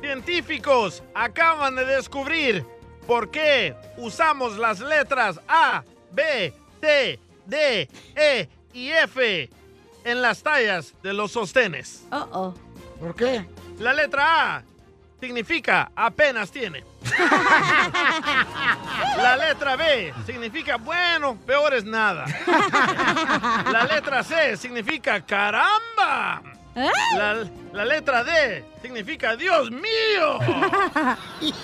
C: Científicos acaban de descubrir por qué usamos las letras A, B, C, D, E y F en las tallas de los sostenes.
A: ¿Por qué?
C: La letra A significa apenas tiene. La letra B significa bueno, peor es nada. La letra C significa caramba. La, la letra D significa
A: (laughs)
C: Dios mío.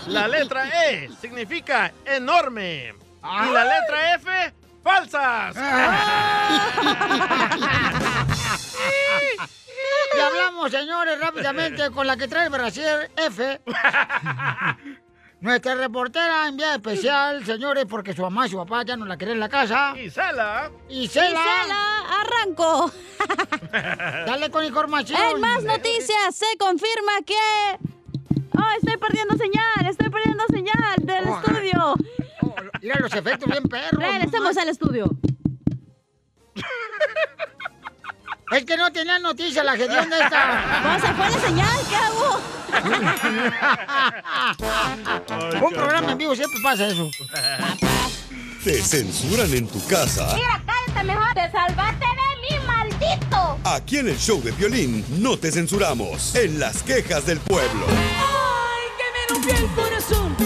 C: La letra E significa enorme. Y la letra F, falsas.
A: Ah. Y hablamos, señores, rápidamente con la que trae Brasil F. Nuestra reportera enviada especial, señores, porque su mamá y su papá ya no la quieren en la casa.
C: Gisela.
A: Gisela.
K: Gisela, arranco.
A: Dale con información.
K: En más noticias, se confirma que. ¡Oh, estoy perdiendo señal! ¡Estoy perdiendo señal del
A: Oh,
K: estudio!
A: Mira ah. Oh, los efectos bien perros.
K: Regresemos al estudio.
A: Es que no tenía noticia la gestión de esta.
K: ¿Cómo se fue la señal? ¿Qué
A: (laughs)
K: hago?
A: Un programa en vivo siempre pasa eso.
F: Te censuran en tu casa.
B: cállate mejor. Te salvaste de mí, maldito.
F: Aquí en el show de violín no te censuramos. En las quejas del pueblo.
B: Ay, que me rompió el corazón.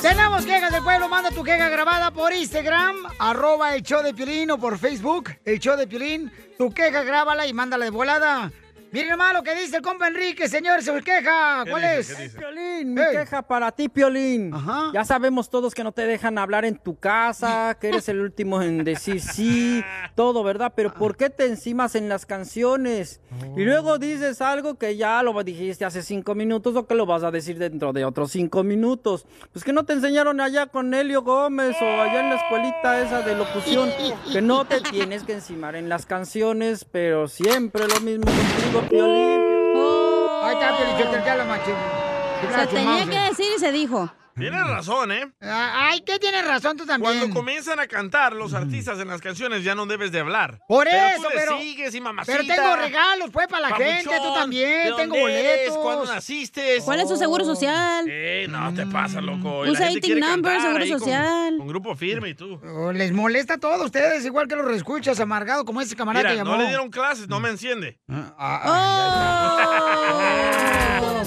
A: Tenemos quejas del pueblo, manda tu queja grabada por Instagram, arroba el show de Piolín o por Facebook, el show de Piolín. Tu queja, grábala y mándala de volada. Miren nomás lo que dice el compa Enrique, señor, su queja.
N: ¿Qué
A: ¿Cuál
N: dice?
A: es?
N: ¿Qué dice? Piolín, mi queja para ti, Piolín. Ya sabemos todos que no te dejan hablar en tu casa, que eres el último en decir (laughs) sí, todo, ¿verdad? Pero ¿por qué te encimas en las canciones? Y luego dices algo que ya lo dijiste hace cinco minutos o que lo vas a decir dentro de otros cinco minutos. Pues que no te enseñaron allá con Helio Gómez o allá en la escuelita esa de locución, que no te tienes que encimar en las canciones, pero siempre lo mismo contigo, Piolín.
A: Ahí está, Piolín, yo te la macho.
K: Se tenía que decir y se dijo.
C: Tienes razón, ¿eh?
A: Ah, Ay, ¿qué tienes razón tú también?
C: Cuando comienzan a cantar los artistas en las canciones ya no debes de hablar.
A: Por
C: Pero
A: eso,
C: tú le
A: pero.
C: sigues y mamacita.
A: pero tengo regalos, pues, para la gente, tú
C: Papuchón, ¿de
A: también. Tengo
C: dónde eres?
A: boletos.
C: ¿Cuándo naciste?
K: ¿Cuál es su seguro social?
C: Eh, no te pasa, loco. Y
K: Usa
C: la gente
K: ITIN
C: quiere
K: number,
C: cantar
K: seguro
C: ahí con-
K: social.
C: Con, grupo firme y tú.
A: Oh, Les molesta a todos ustedes, igual que los reescuchas, amargado, como ese camarada
C: Mira,
A: que llamó.
C: no le dieron clases, no me enciende.
A: Ah,
K: Oh.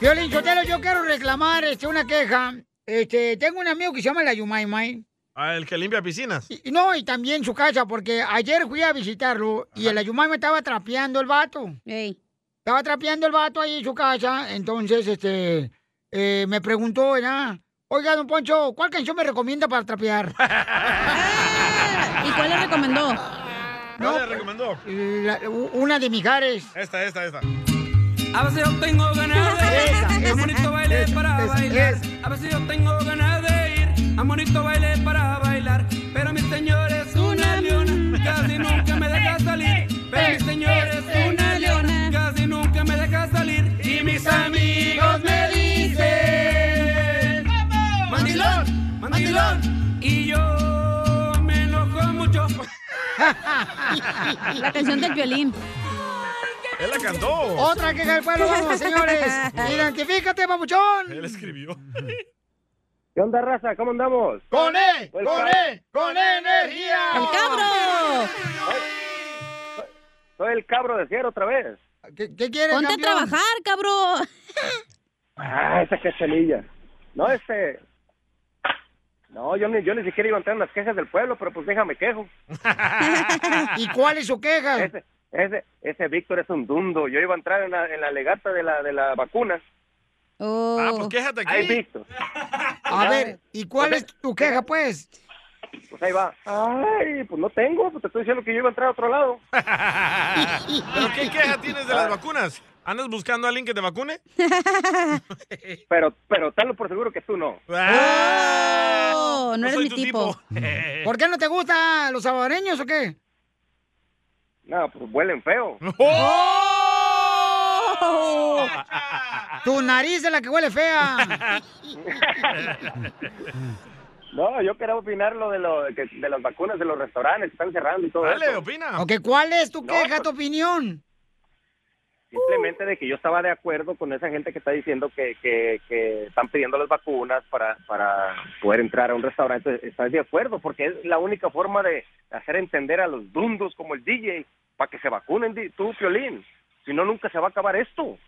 A: Violín Sotelo, yo quiero reclamar este, una queja. Este, tengo un amigo que se llama la Yumaimai.
C: Ah, el que limpia
A: (laughs)
C: piscinas.
A: Y- No, y también su casa, porque ayer fui a visitarlo y el Ayumay me estaba trapeando el vato. Estaba trapeando el vato ahí en su casa, entonces este eh, me preguntó, ¿verdad? Oiga, don Poncho,
K: (laughs)
A: ¿cuál canción me recomienda para trapear?
K: ¿Y cuál le recomendó?
C: ¿Cuál
A: No.
C: le recomendó?
A: La- u- una de Mijares.
C: Esta, esta, esta.
H: A veces yo tengo ganas de ir (laughs) a bonito baile para bailar. A veces yo tengo ganas de ir a bonito baile para bailar. Pero mi señor es una leona, casi nunca me deja salir. Pero mi (laughs) señor es una leona, casi nunca me deja salir. Y mis amigos me dicen: Mandilón, mandilón. Y yo me enojo mucho.
K: La canción del violín.
C: Él la cantó.
A: Otra que del pueblo,
C: (laughs)
A: vamos, señores. Identifícate, papuchón.
C: Él escribió.
O: ¿Qué onda, raza? ¿Cómo andamos?
A: ¡Con
B: E,
A: él!
O: Pues,
A: ¡Con
O: ca-
A: él! ¡Con energía!
O: ¡El cabro! Soy el cabro de cierre otra vez.
A: ¿Qué, qué quieres,
K: Ponte
A: campeón?
K: a trabajar, cabrón.
O: Ah, esa cachanilla. No, este... No, yo ni, yo ni siquiera iba a entrar en las quejas del pueblo, pero pues déjame quejo.
A: ¿Y cuál es su queja?
O: Ese, ese, ese Víctor es un dundo. Yo iba a entrar en la, en la legata de la, de la vacuna.
K: Ah,
C: pues quéjate aquí.
O: Ay, Víctor.
A: A ver, ¿y cuál es tu queja, pues?
O: Pues ahí va. Ay, pues no tengo, pues te estoy diciendo que yo iba a entrar a otro
A: (laughs)
O: lado.
C: ¿Pero qué queja tienes de
A: Ah.
C: las vacunas? ¿Andas buscando a alguien que te vacune?
O: Pero, pero tenlo por seguro que tú no.
A: Ah.
K: no, eres
O: soy
K: mi
O: tu
K: tipo.
A: ¿Por qué no te gustan los sabareños o qué?
O: No, pues
A: (laughs)
O: huelen feo.
A: ¡Oh! Tu nariz es la que huele fea.
O: No, yo quería opinar lo de, lo que- de las vacunas de los restaurantes que están cerrando y todo
A: Dale,
O: eso.
C: opina.
A: Ok, ¿cuál es tu queja, tu opinión?
O: Simplemente de que yo estaba de acuerdo con esa gente que está diciendo que, que, que están pidiendo las vacunas para, para poder entrar a un restaurante. Estás de acuerdo, porque es la única forma de hacer entender a los dundos como el DJ para que se vacunen di- tú, Piolín. Si no, nunca se va a acabar esto.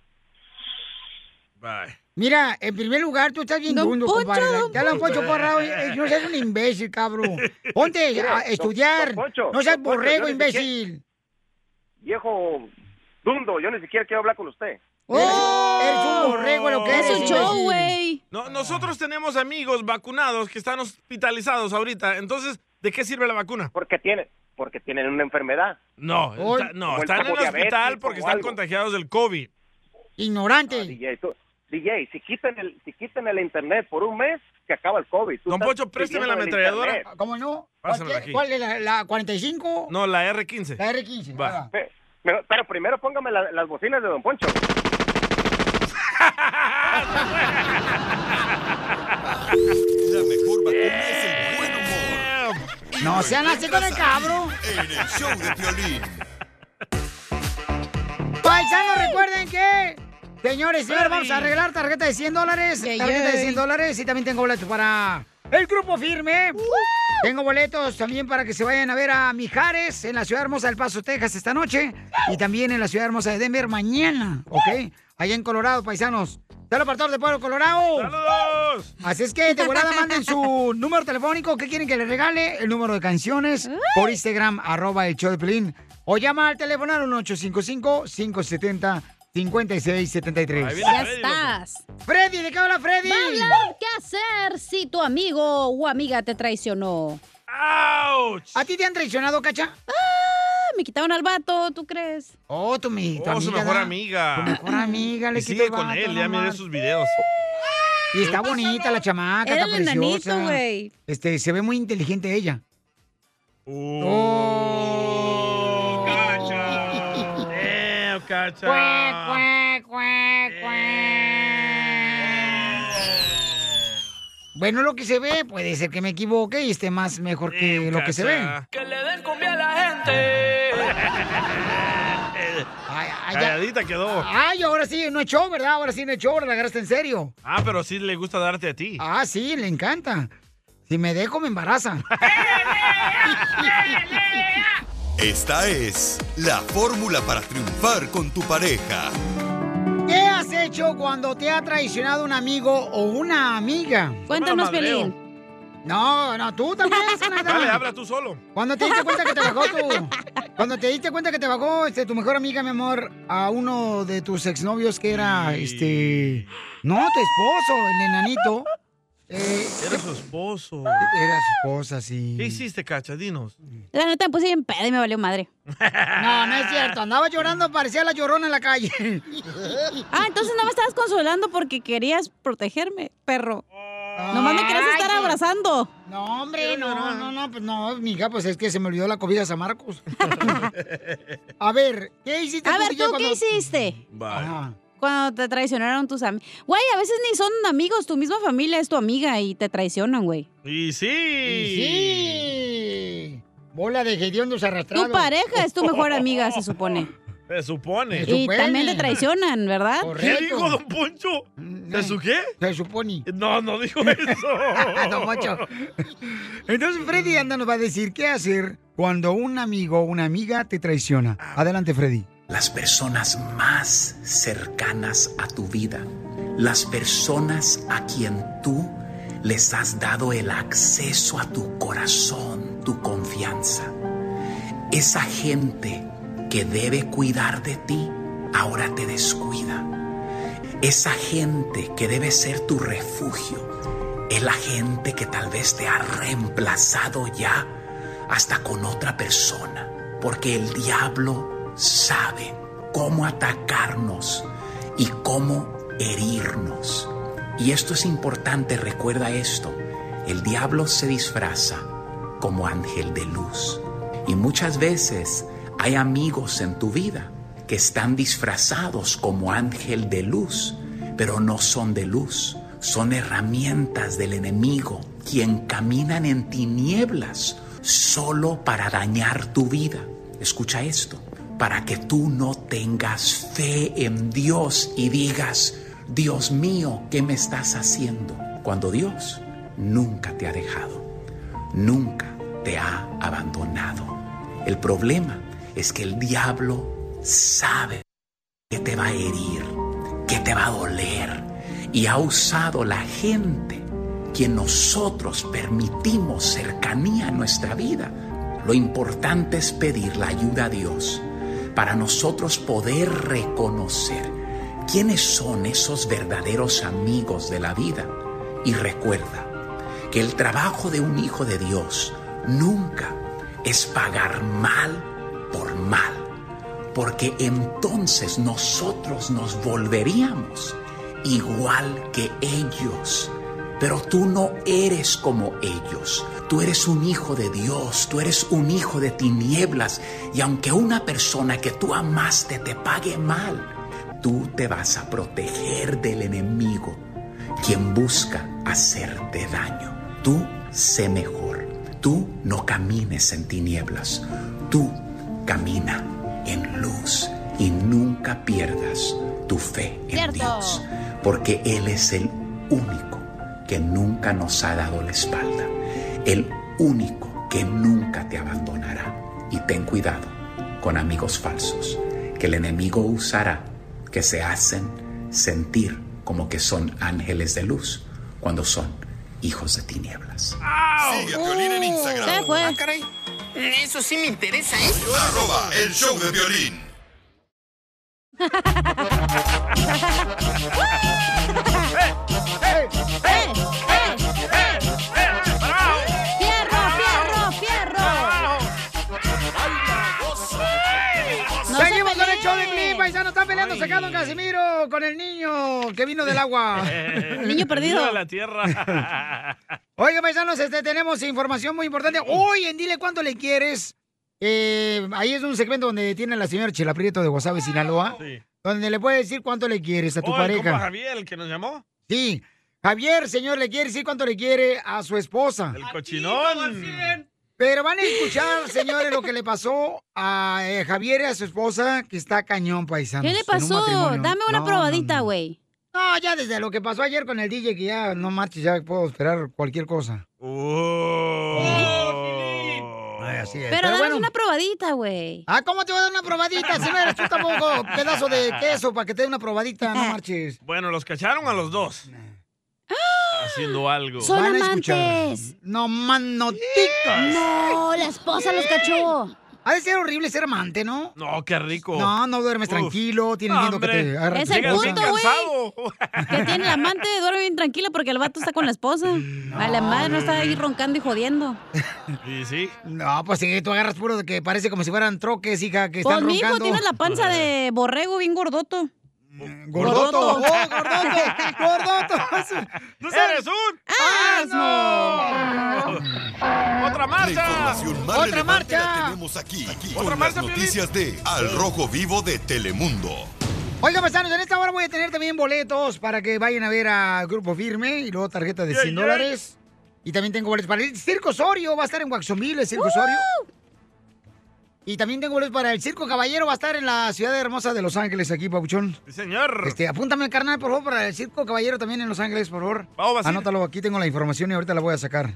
A: Mira, en primer lugar, tú estás bien dundo,
O: Poncho,
A: compadre.
O: don
A: Ya lo han
O: Poncho.
A: Poncho Corrado. eh, No seas un imbécil, cabrón.
O: (laughs)
A: Ponte
O: Mira,
A: a
O: don-
A: estudiar.
O: don Poncho,
A: No seas
O: don Poncho, yo
A: borrego,
O: ni siquiera-
A: imbécil.
O: Viejo dundo, yo ni siquiera quiero hablar con usted.
A: Oh, Eres un borrego lo que
C: Es
A: eres.
C: un show,
A: imbécil.
K: güey.
C: No, nosotros tenemos amigos vacunados que están hospitalizados ahorita. Entonces, ¿de qué sirve la vacuna?
O: Porque tienen, porque tienen una enfermedad.
C: No,
O: Hoy-
C: está- no
O: Como el
C: están en el
O: tipo
C: hospital
O: diabético
C: porque
O: o
C: están
O: algo.
C: contagiados del COVID.
A: Ignorante.
O: DJ, tú- DJ, si quitan el, si quitan el internet por un mes, se acaba el COVID. Tú
C: Don
O: estás
C: Pocho, présteme
O: pidiendo
C: la
O: el
C: ametralladora.
O: internet.
A: ¿Cómo no?
C: Pásamela
A: ¿Cuál-
C: aquí.
A: ¿Cuál es la, la 45?
C: No, la R15.
A: La R15.
C: Va.
A: ahora.
O: Pe- Pero, pero primero póngame la- las bocinas de Don Poncho.
F: La mejor vacuna es el buen humor. Y
A: No
F: lo
A: sean así con el
F: encuentras aquí,
A: cabro.
F: En el show de Piolín.
A: Paisanos, recuerden que. Señores, señores, vamos a arreglar tarjeta de 100 dólares. Tarjeta de
I: yeah.
A: 100 dólares. Y también tengo boletos para el grupo firme. Tengo boletos también para que se vayan a ver a Mijares en la ciudad hermosa del Paso, Texas, esta noche. Y también en la ciudad hermosa de Denver mañana. ¿Ok? Allá en Colorado, paisanos. Saludos para todos de Pueblo Colorado.
C: ¡Saludos!
A: Así es que de volada manden su número telefónico. ¿Qué quieren que les regale? El número de canciones por Instagram, arroba el show de Pelín. O llama al teléfono al 1-855-570-5673.
K: Ya estás.
A: Freddy, ¿de qué habla Freddy?
K: Va a hablar qué hacer si tu amigo o amiga te traicionó.
A: ¿A ti te han traicionado, Cacha?
K: Ah, me quitaron al vato, ¿tú crees?
A: Oh, tu, mi, tu
C: Oh, su
A: amiga,
C: mejor
A: ¿da?
C: amiga.
A: Tu mejor amiga. Le
C: Y
A: quitó
C: sigue
A: el
C: con
A: vato,
C: él,
A: no
C: ya miré
A: más.
C: sus videos.
A: Y está bonita la chamaca,
K: Era
A: está
K: el enanito,
A: preciosa.
K: güey.
A: Este, se ve muy inteligente ella.
C: Damn, cacha.
A: Bueno, lo que se ve puede ser que me equivoque y esté más mejor que lo que se ve.
H: Que le den cumbia a la gente.
A: ay, ya.
C: Calladita quedó.
A: Ay, ahora sí, no es show, ¿verdad? Ahora sí no es show, ahora la agarraste en serio.
C: Ah, pero sí le gusta darte a ti.
A: Ah, sí, le encanta. Si me dejo, me embaraza.
F: Esta es la fórmula para triunfar con tu pareja.
A: ¿Qué has hecho cuando te ha traicionado un amigo o una amiga?
C: Cuéntanos, Madreo. Piolín.
A: No, no, tú también, Sanata.
C: (laughs) Dale, habla tú solo.
A: Cuando te diste cuenta que te bajó
C: (laughs)
A: tu... Cuando te diste cuenta que te bajó este, tu mejor amiga, mi amor, a uno
C: (laughs)
A: de tus exnovios que era, este... No, tu esposo, el enanito.
C: Era su esposo.
A: Era su esposa, sí.
C: ¿Qué hiciste, Cacha? Dinos.
K: La neta me puse bien pedo y me valió madre.
A: (laughs) No, no es cierto. Andaba llorando, parecía la llorona en la calle.
K: (laughs) Ah, entonces no me estabas consolando porque querías protegerme, perro. Nomás me querías
A: Ay,
K: estar
A: sí.
K: abrazando.
A: No, hombre, no, no, no, pues no, mija, pues es que se me olvidó la comida de San Marcos. (laughs) A ver, ¿qué hiciste
K: A
A: tú,
K: ver,
A: DJ,
K: ¿tú
A: cuando-
K: qué hiciste?
A: Ajá.
K: Cuando te traicionaron tus amigos. Güey, a veces ni son amigos, tu misma familia es tu amiga y te traicionan, güey.
C: Y sí.
A: Sí. Bola de hediondos arrastrados.
K: Tu pareja es tu mejor amiga,
A: (laughs)
K: se supone.
C: Se supone.
K: Y también te traicionan, ¿verdad?
C: ¿Qué dijo Don Poncho?
A: Mm, eh,
C: ¿Se su qué?
A: Se supone.
C: No, no
A: (laughs)
C: dijo eso.
A: Ah, Don Poncho. Entonces Freddy Anda nos va a decir qué hacer cuando un amigo o una amiga te traiciona. Adelante, Freddy.
P: las personas más cercanas a tu vida, las personas a quien tú les has dado el acceso a tu corazón, tu confianza. Esa gente que debe cuidar de ti, ahora te descuida. Esa gente que debe ser tu refugio, es la gente que tal vez te ha reemplazado ya hasta con otra persona, porque el diablo sabe cómo atacarnos y cómo herirnos. Y esto es importante, recuerda esto, el diablo se disfraza como ángel de luz. Y muchas veces hay amigos en tu vida que están disfrazados como ángel de luz, pero no son de luz, son herramientas del enemigo, quien caminan en tinieblas solo para dañar tu vida. Escucha esto, para que tú no tengas fe en Dios y digas, Dios mío, ¿qué me estás haciendo? Cuando Dios nunca te ha dejado, nunca te ha abandonado. El problema es que el diablo sabe que te va a herir, que te va a doler y ha usado la gente quien nosotros permitimos cercanía a nuestra vida. Lo importante es pedir la ayuda a Dios para nosotros poder reconocer quiénes son esos verdaderos amigos de la vida. Y recuerda, que el trabajo de un hijo de Dios nunca es pagar mal por mal, porque entonces nosotros nos volveríamos igual que ellos. Pero tú no eres como ellos. Tú eres un hijo de Dios, tú eres un hijo de tinieblas. Y aunque una persona que tú amaste te pague mal, tú te vas a proteger del enemigo, quien busca hacerte daño. Tú sé mejor. Tú no camines en tinieblas. Tú camina en luz y nunca pierdas tu fe en
K: Cierto.
P: Dios, porque Él es el único que nunca nos ha dado la espalda, el único que nunca te abandonará. Y ten cuidado con amigos falsos que el enemigo usará, que se hacen sentir como que son ángeles de luz cuando son hijos de tinieblas.
F: Sigue a Piolín en Instagram.
P: Se fue. Ah,
F: caray.
I: Eso sí me interesa, ¿eh?
F: Arroba el show de violín.
K: ¡Fierro, fierro, fierro!
I: No
A: Seguimos
I: se
A: con el
I: peleen.
A: show de Piolín, paisano. Está peleando
I: Ay.
A: sacado Casimiro con el niño que vino
K: (laughs)
A: del agua.
C: de la tierra.
A: Oiga, paisanos, este, tenemos información muy importante. Hoy en Dile Cuánto Le Quieres. eh, ahí es un segmento donde tiene la señora Chela Prieto de Guasave, Sinaloa.
C: Sí.
A: Donde le puede decir cuánto le quieres a tu
C: Oh, el
A: pareja.
C: compa Javier, el que nos llamó.
A: Sí. Javier, señor, le quiere decir cuánto le quiere a su esposa.
C: El cochinón.
A: Pero van a escuchar, señores, lo que le pasó a eh, Javier y a su esposa, que está cañón, paisano.
K: ¿Qué le pasó? Dame una probadita, güey.
A: No, ya desde lo que pasó ayer con el DJ, que ya no marches, ya puedo esperar cualquier cosa.
C: Uh.
A: Ay, así es.
K: Pero, danos una probadita, güey.
A: Ah, ¿cómo te voy a dar una probadita? Si no eres tú tampoco pedazo de queso para que te dé una probadita, no marches.
C: Bueno, los cacharon a los dos. Haciendo algo.
A: Van a escuchar. No, man, no,
K: No, la esposa los cachó.
A: Ha de ser horrible ser amante, ¿no?
C: No, qué rico.
A: No, no duermes
C: Uf.
A: tranquilo, tienes
C: No,
A: miedo que
C: hombre.
A: te agarre
K: Es
A: tu
K: el
A: esposa.
K: punto, güey. Que tiene el amante, duerme bien tranquilo porque el vato está con la esposa. A la madre no está ahí roncando y jodiendo.
C: ¿Y sí?
A: No, pues sí, tú agarras puro de que parece como si fueran troques, hija, que
K: Pues
A: están
K: mi hijo
A: roncando.
K: tiene la panza de borrego bien gordoto.
A: ¡Gordoto! ¡Oh, (laughs) gordoto! ¡Gordoto!
C: ¡Tú eres
K: Eh,
C: un
K: asno!
A: Ah.
C: ¡Otra
F: La
C: marcha!
F: información más relevante la tenemos aquí, aquí, con las noticias de Al Rojo Vivo de Telemundo.
A: Oiga, paisanos, en esta hora voy a tener también boletos para que vayan a ver a Grupo Firme y luego tarjeta de
I: Yeah,
A: 100
I: yeah.
A: dólares. Y también tengo boletos para el Circo Osorio, va a estar en Waxomil, el Circo Osorio. Y también tengo boletos para el Circo Caballero, va a estar en la ciudad hermosa de Los Ángeles, aquí, Papuchón.
C: Sí, señor.
A: Este, apúntame, carnal, por favor, para el Circo Caballero también en Los Ángeles, por favor.
C: Vamos, Basil.
A: Anótalo, aquí tengo la información y ahorita la voy a sacar.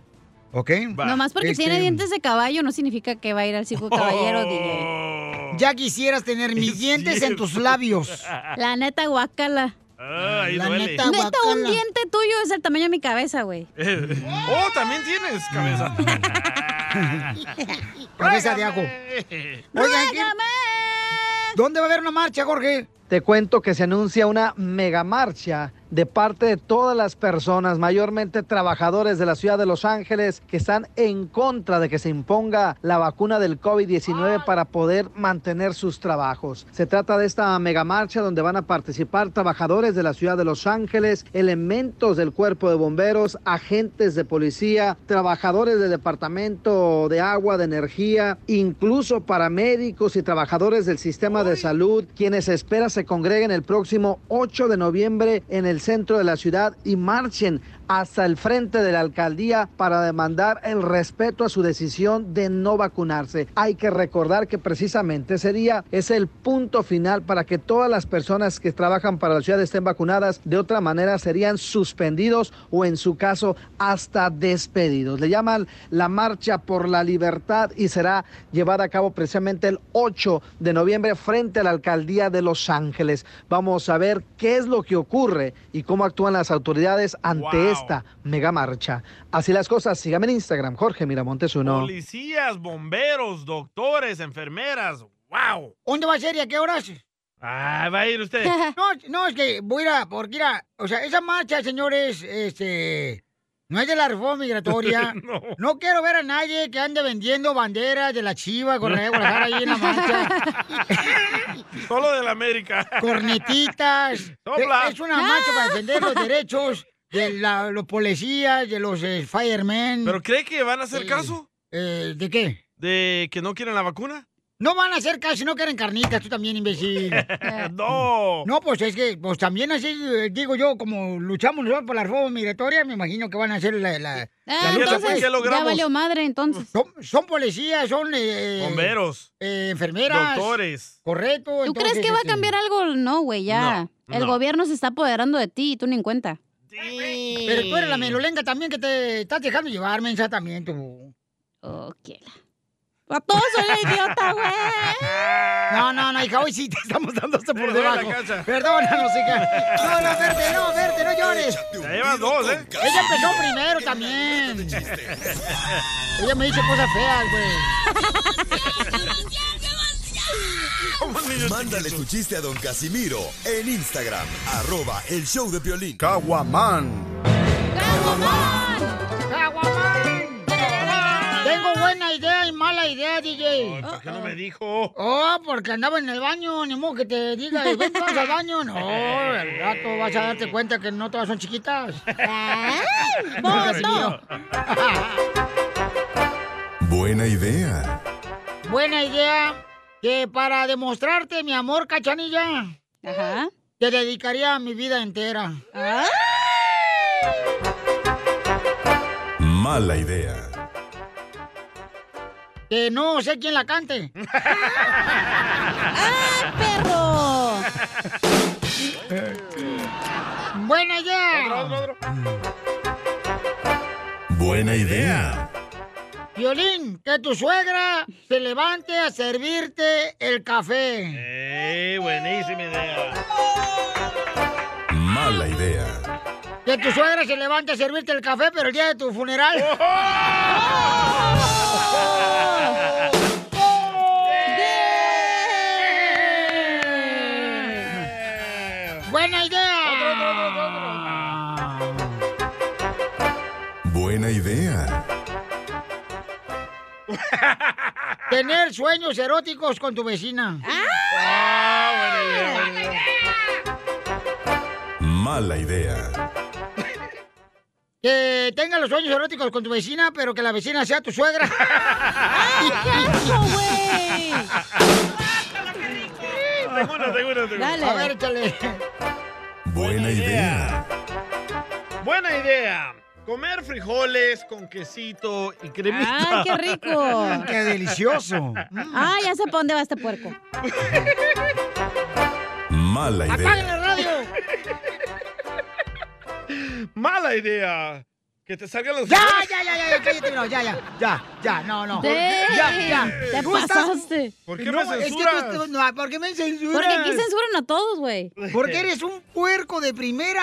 A: ¿Ok?
K: Nomás porque
A: Este,
K: tiene dientes de caballo no significa que va a ir al circo
C: Oh.
K: caballero, DJ.
A: Ya quisieras tener
C: (laughs)
A: mis dientes en tus labios.
K: La neta, guácala.
C: Ay,
A: La
C: Ah, duele.
K: Neta, un diente tuyo es el tamaño de mi cabeza, güey.
C: Eh, (laughs) ¡Oh, también tienes cabeza!
A: (laughs) Cabeza de ajo. Oigan, ¿qué- ¿dónde va a haber una marcha, Jorge?
G: Te cuento que se anuncia una mega marcha de parte de todas las personas, mayormente trabajadores de la ciudad de Los Ángeles, que están en contra de que se imponga la vacuna del
A: Ah.
G: COVID-19 para poder mantener sus trabajos. Se trata de esta mega marcha donde van a participar trabajadores de la ciudad de Los Ángeles, elementos del cuerpo de bomberos, agentes de policía, trabajadores del departamento de agua, de energía, incluso paramédicos y trabajadores del sistema de salud, quienes se espera se congreguen el próximo 8 de noviembre en el centro de la ciudad y marchen hasta el frente de la alcaldía para demandar el respeto a su decisión de no vacunarse. Hay que recordar que precisamente ese día es el punto final para que todas las personas que trabajan para la ciudad estén vacunadas. De otra manera serían suspendidos o en su caso hasta despedidos. Le llaman la Marcha por la Libertad y será llevada a cabo precisamente el 8 de noviembre frente a la alcaldía de Los Ángeles. Vamos a ver qué es lo que ocurre y cómo actúan las autoridades
C: Wow.
G: ante esta mega marcha. Así las cosas. Sígame en Instagram, Jorge Miramontes uno.
C: Policías, bomberos, doctores, enfermeras. ¡Wow!
A: ¿Dónde va a ser y a qué horas?
C: Ah, va a ir (laughs) usted.
A: este, No, no, es que voy a ir a, porque mira, o sea, esa marcha, señores, este, no es de la reforma
C: (laughs)
A: migratoria.
I: No.
A: no. quiero ver a nadie que ande vendiendo banderas de la chiva con la de Guadalajara ahí en la marcha.
C: (laughs) Solo de la América.
A: Cornetitas.
C: Sopla.
A: Es una marcha para defender
C: (laughs)
A: los derechos de la- los policías, de los eh, firemen.
C: ¿Pero cree que van a hacer
A: Eh,
C: caso?
A: ¿De qué?
C: ¿De que no quieren la vacuna?
A: No van a hacer casi, no quieren carnitas, tú también, imbécil.
C: (laughs) no.
A: No, pues es que, pues también así, eh, digo yo, como luchamos nosotros por la reforma migratoria, me imagino que van a hacer la, la, la
K: Ah,
A: lucha,
K: entonces,
A: pues.
K: ya valió madre, entonces.
A: Son, son policías, son... eh,
C: Bomberos.
A: eh, enfermeras.
C: Doctores.
A: Correcto. este,
K: ¿Tú crees que va a cambiar algo? No, güey, ya.
A: No,
K: El
A: no.
K: gobierno se está apoderando de ti y tú ni en cuenta.
A: Pero tú eres la melolenga también que te estás dejando llevar, mensa, también tú.
K: Ok. Oh, A todos soy la idiota, güey.
A: No, no, no, hija, hoy sí te estamos dando hasta por
I: duele la
A: debajo.
I: cancha.
A: Perdónanos, hija. No, no, verte, no, verte, no llores.
I: Ya llevas dos, ¿eh?
A: Ella empezó primero también. Ella me dice cosas feas, güey.
F: Mándale tu chiste a don Casimiro en Instagram, arroba el show de violín.
Q: Caguaman.
A: Tengo buena idea y mala idea, DJ.
C: ¿Por qué no me dijo?
A: Oh, porque andaba en el baño, ni modo que te diga, "Ven, vamos al baño. No, el rato vas a darte cuenta que no todas son chiquitas.
I: vos,
A: Casimiro.
F: Buena idea.
A: Buena idea que para demostrarte mi amor, cachanilla, te dedicaría mi vida entera.
F: Mala idea.
A: Que no sé quién la cante. ¡Ah, perro! Buena idea.
F: Buena idea.
A: Violín, que tu suegra se levante a servirte el café.
C: ¡Eh, buenísima idea!
F: Mala idea.
A: Que tu suegra se levante a servirte el café, pero el día de tu
C: ¡Oh!
I: Oh.
A: funeral. ¡Buena idea! ¡Eh! Otro, otro, otro, otro.
F: Buena
A: (laughs)
F: idea.
A: Tener sueños eróticos con tu vecina. Ah,
F: Mala idea.
A: Que tenga los sueños eróticos con tu vecina, pero que la vecina sea tu (laughs) suegra.
C: Tengo una, tengo una, tengo una.
A: A ver, échale.
F: Buena idea.
C: Buena idea. Comer frijoles con quesito y cremita.
K: ¡Ay, qué rico!
A: ¡Qué delicioso!
K: Ah, ya sé para dónde va este puerco.
F: Mala
K: ¡Apaguen
F: idea.
K: la radio!
C: Mala idea. Que te salgan los.
A: Ya, ya, ya, ya, ya, cállate, no, ya, ya, ya, ya, no, no.
C: Sí,
A: Ya, ya.
K: te
A: Tú estás-
K: pasaste. ¿Por qué me
A: Es que
K: censuras?
A: tú, no, ¿Por qué me censuras?
K: Porque aquí censuran a todos, güey.
A: Porque eres un puerco de primera.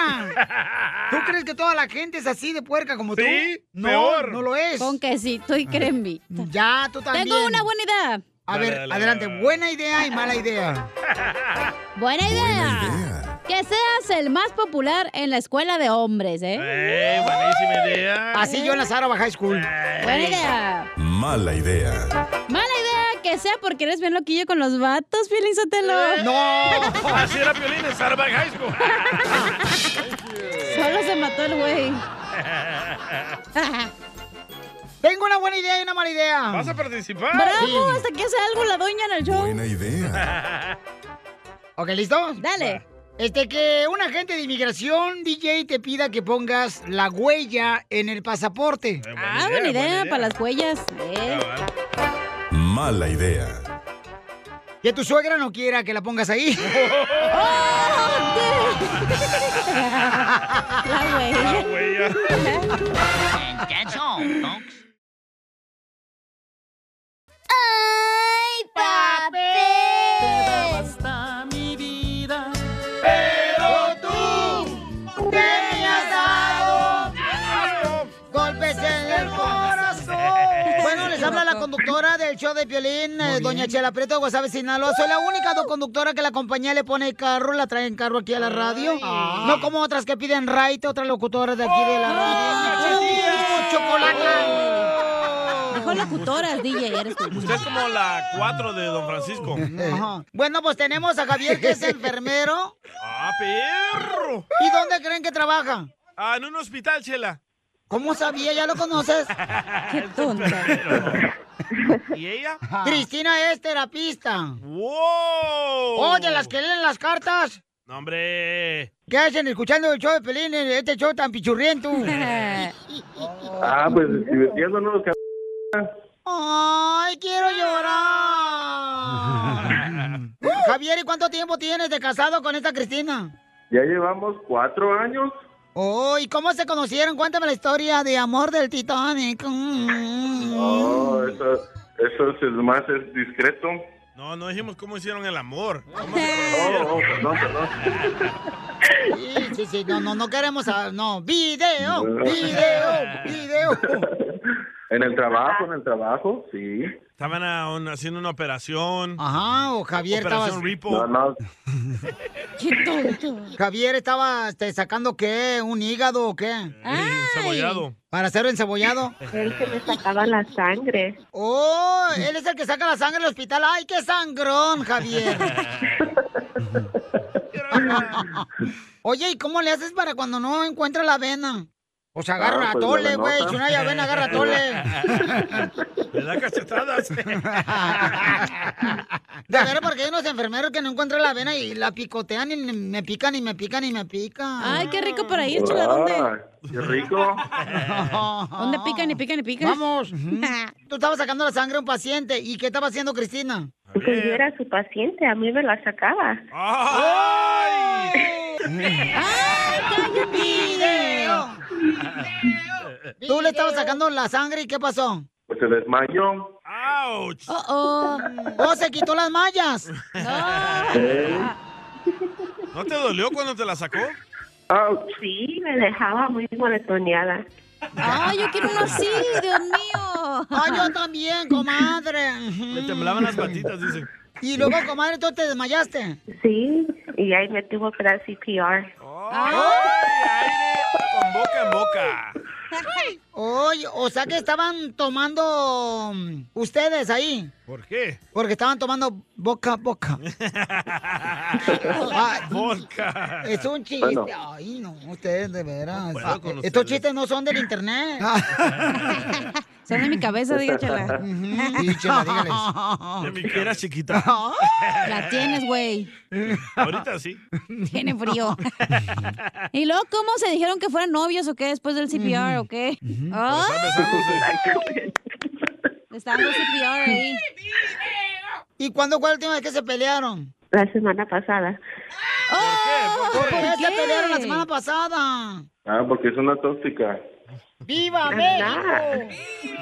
K: (laughs)
A: ¿Tú crees que toda la gente es así de puerca como tú?
K: Sí,
A: No,
K: peor.
A: no lo es. Con
K: quesito y crembita.
A: Ya, tú también.
K: Tengo una buena idea.
A: A ver,
K: Dale, dale,
A: adelante. Buena idea y mala idea.
K: Buena idea. Que seas el más popular en la escuela de hombres, ¿eh?
C: ¡Eh, buenísima idea!
A: Así yo en la Saraba High School.
K: Buena idea.
F: Mala idea.
K: Mala idea que sea porque eres bien loquillo con los vatos, Pielízatelo.
C: (laughs) ¡No! Así era Piolín en Sarbac High School.
K: Solo se mató el güey.
A: (laughs) Tengo una buena idea y una mala idea.
C: ¿Vas a participar?
K: Bravo,
C: Sí.
K: hasta que hace algo la doña en el show.
F: Buena idea.
A: Ok, ¿listos?
K: Dale.
A: Este, que un agente de inmigración, DJ, te pida que pongas la huella en el pasaporte.
K: Ah, buena idea, para las huellas. Eh.
F: Mala idea.
A: Que tu suegra no quiera que la pongas ahí.
K: (laughs) Oh, La
A: huella.
I: ¡Ay, papel!
B: Basta mi vida.
I: Pero tú te has dado
A: golpes en el
C: (laughs)
A: corazón. Bueno, les habla la conductora del show de Piolín, eh, doña Chela Preto de Guasave, Sinaloa. Soy la única do- conductora que la compañía le pone carro, la traen carro aquí a la radio. No como otras que piden right, otras locutoras de aquí
C: ¡Oh!
A: de la radio. ¡Uh, chocolate!
K: Mejor locutoras, DJ, eres tú.
C: ¡Oh! Usted (laughs) es como la 4 de Don Francisco.
A: Ajá. Bueno, pues tenemos a Javier,
C: (laughs)
A: que es enfermero.
C: ¡Ah, perro!
A: ¿Y dónde creen que trabaja?
C: Ah, en un hospital, Chela.
A: ¿Cómo sabía? ¿Ya lo
C: (laughs)
A: conoces? ¡Qué tonta!
C: ¿Y ella?
A: Cristina es terapista.
C: ¡Wow!
A: Oye, las que leen las cartas.
C: No, hombre.
A: ¿Qué hacen escuchando el show de Pelín en este show tan (laughs) pichurriento?
O: Ah, pues divirtiéndonos, c-
A: ¡Ay, quiero
B: (laughs)
A: llorar! Javier, ¿y cuánto tiempo tienes de casado con esta Cristina?
O: Ya llevamos cuatro años.
A: Oh, ¿y cómo se conocieron? Cuéntame la historia de amor del Titanic. Mm.
O: No, Oh, eso, eso es más es discreto.
C: No, no dijimos cómo hicieron el amor.
K: (laughs)
O: Oh, perdón, perdón.
A: Sí, sí, sí, no, no, no queremos... a- No, video, video, video.
O: En el trabajo, en el trabajo, sí.
C: Estaban a un- haciendo una operación.
A: Ajá, o Javier
C: Operación
A: estabas-
C: Repo.
A: No,
O: no.
A: Javier estaba este, sacando qué, un hígado o qué?
C: Cebollado.
A: Para hacer encebollado.
J: Él que me sacaba la sangre.
A: Oh, él es el que saca la sangre del hospital. Ay, qué sangrón,
J: (laughs)
A: Javier. (laughs) Oye, ¿y cómo le haces para cuando no encuentra la vena? (laughs) O sea, agarra
C: Ah,
A: a
C: pues,
A: tole,
C: la
A: güey.
C: nota.
A: Si no hay avena, agarra a tole.
C: (laughs) Le da
A: (laughs)
C: cachetadas.
A: De ver, porque hay unos enfermeros que no encuentran la vena y la picotean y me pican y me pican y me pican.
K: Ay, qué rico para ir, chula. ¿Dónde?
O: Ah,
K: (laughs)
O: qué rico.
K: ¿Dónde pican y pican y pican? (laughs)
A: Vamos. Tú estabas sacando la sangre a un paciente. ¿Y qué estaba haciendo Cristina?
J: Pues yo era su paciente, a mí me la sacaba.
C: ¡Ay!
A: ¡Video! Tú le estabas sacando la sangre y ¿qué pasó?
O: Pues se desmayó.
C: ¡Auch!
A: Oh, oh. se quitó las mallas.
C: ¿No te dolió cuando te la sacó?
J: Sí, me dejaba muy moletoneada.
K: Ay, yo quiero uno así, Dios mío.
A: Ay, yo también, comadre. Mm.
C: Le temblaban las patitas, dice.
K: (laughs)
A: Y luego, comadre, tú te desmayaste.
J: Sí,
B: y ahí me tuvo que dar CPR.
C: Con boca en boca.
A: Oye, o sea que estaban tomando mm, ustedes ahí.
C: ¿Por qué?
A: Porque estaban tomando boca a
C: (laughs)
A: boca. Ah,
C: Vodka.
A: Es un chiste.
C: Bueno.
A: Ay, no, ustedes de veras.
C: puedo
A: Ah,
C: con
A: Estos
C: ustedes.
A: chistes no son del internet.
K: Ah. Son de mi cabeza, diga Chela. (laughs)
A: Sí, Chela, dígales.
C: De mi que era chiquita.
K: La tienes, güey.
C: Ahorita sí.
K: Tiene
C: (laughs)
K: frío. ¿Y luego cómo se dijeron que fueran novios o qué después del CPR o qué?
C: Pues
K: ¡Ay! Le estaban dando CPR ahí.
A: ¿Y cuándo fue la última vez que se pelearon?
B: La semana pasada.
A: ¿Por qué
B: ¿Por
A: se
B: qué?
A: pelearon la semana pasada?
O: Ah, porque es una tóxica.
A: ¡Viva México!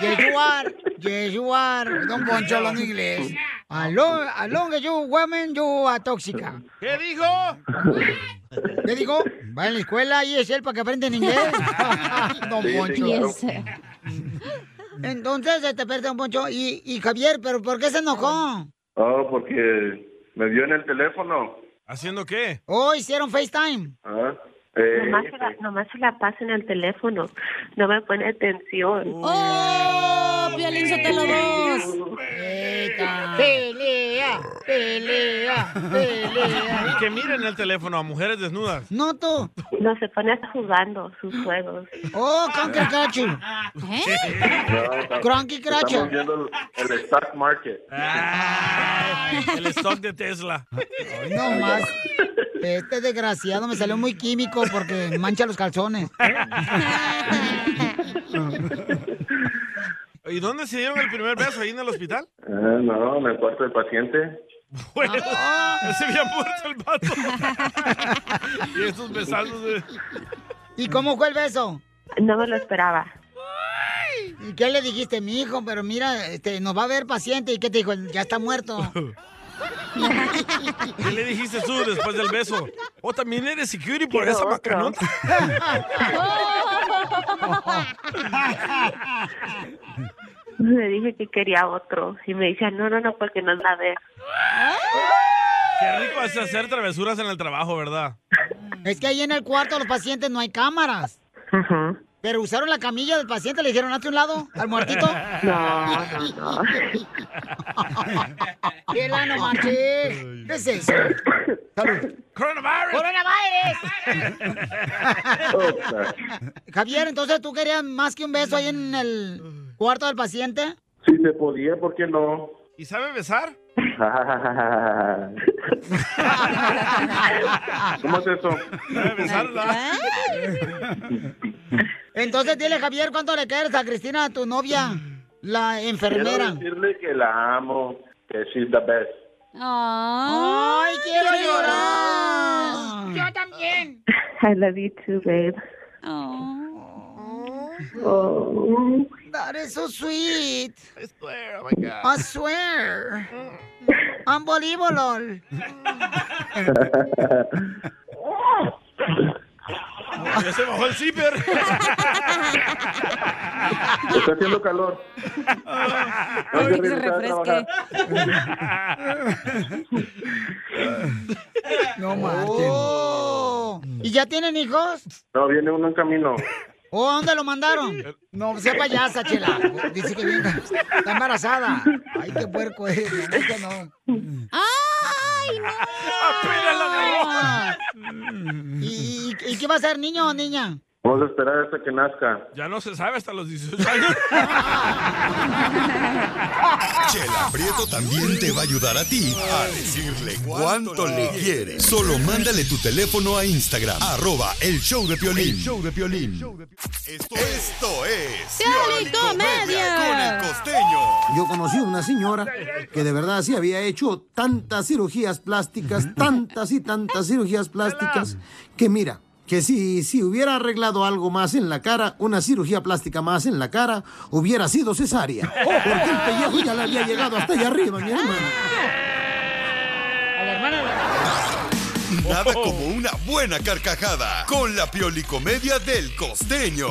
A: Yes, you are. Yes, you are. Don Poncho hablando inglés. Along, along you women, you are tóxica.
C: ¿Qué dijo?
A: ¿Qué digo? Va a la escuela y es él para que aprendan inglés. Don
R: Sí, sí,
A: Poncho.
R: claro.
A: Entonces, este, perdón, Don Poncho. Y, y Javier, ¿pero por qué se enojó?
O: Oh, porque me vio en el teléfono.
C: ¿Haciendo qué?
A: Oh, hicieron FaceTime.
O: Ah, eh,
B: Nomás se, la, nomás se la pasa en el teléfono. No me pone atención.
A: ¡Oh!
K: ¡Oh! Violín Sotelo dos.
A: Pelea, pelea, pelea.
C: Y que miren el teléfono a mujeres desnudas.
B: (laughs)
A: No tú.
B: No se pone jugando sus juegos.
A: Oh, Conker Cachu.
B: ¿Eh?
C: (laughs)
O: no,
A: Cranky Cracho.
O: Estamos viendo el, el stock market.
C: El stock de Tesla.
A: No más. Este desgraciado me salió muy químico porque mancha los calzones.
C: ¿Y dónde se dieron el primer beso? ¿Ahí en el hospital?
O: Ah, no, en el cuarto del paciente.
A: Ah.
C: (laughs) Bueno, ya se había muerto
A: (laughs)
C: el vato. y estos besándose.
A: ¿Y cómo fue el beso?
B: No me lo esperaba.
A: ¿Y qué le dijiste, mi hijo? Pero mira, este, nos va a ver paciente. ¿Y qué te dijo? Ya está muerto.
C: ¿Qué le dijiste tú después del beso? ¿O también eres security por esa macanota?
B: Le dije que quería otro. Y me decía, no, no, no, porque no la ve.
C: Qué rico es hacer travesuras en el trabajo, ¿verdad?
A: Es que ahí en el cuarto de los pacientes no hay cámaras. Pero usaron la camilla del paciente, le dijeron, hazte un lado, al (laughs) muertito.
B: No, no, no.
A: ¡Qué la no marches! ¿Qué es eso? Salud.
C: ¡Coronavirus!
A: Javier, entonces tú querías más que un beso ahí en el cuarto del paciente.
O: Si se podía, ¿por qué no?
C: ¿Y sabe besar?
O: ¿Cómo es eso?
A: Entonces dile, Javier, ¿cuánto le quieres a Cristina, a tu novia, la
O: Quiero
A: enfermera?
O: decirle que la amo, que she's the best.
B: Ah.
A: ¡Ay, quiero llorar!
R: Yo también.
B: I love you too, babe. Oh.
A: That is so sweet.
C: I swear, oh my God.
A: I swear. Unbelievable.
C: Ya se bajó el
A: (laughs)
C: zipper.
O: Está haciendo calor. Hay que regresar a trabajar.
A: No marchen. Oh. ¿Y ya tienen hijos?
O: No, viene uno en camino.
A: ¿O a dónde lo mandaron? No, sea payasa, chela. Dice que viene. Está embarazada. Ay, qué puerco es. No, no.
K: ¡Ay, no! ¡Apenas
A: la ¿Y, y, y qué va a ser, niño o niña?
O: Vamos a esperar hasta que nazca.
C: Ya no se sabe hasta los 18 años.
F: Chela Prieto también te va a ayudar a ti a decirle cuánto le quieres. Solo mándale tu teléfono a Instagram, arroba el show de Piolín.
S: El
F: show de
S: Esto, esto es
K: ¡Pioli
S: Comedia
K: Comedia!
S: con el costeño.
L: (laughs) Yo conocí a una señora que de verdad sí había hecho tantas cirugías plásticas, tantas y tantas cirugías plásticas, que mira, que si, si hubiera arreglado algo más en la cara, una cirugía plástica más en la cara, hubiera sido cesárea. Oh, Porque el pellejo ya le había llegado hasta allá arriba, mi hermano.
F: Nada como una buena carcajada con la piolicomedia del costeño.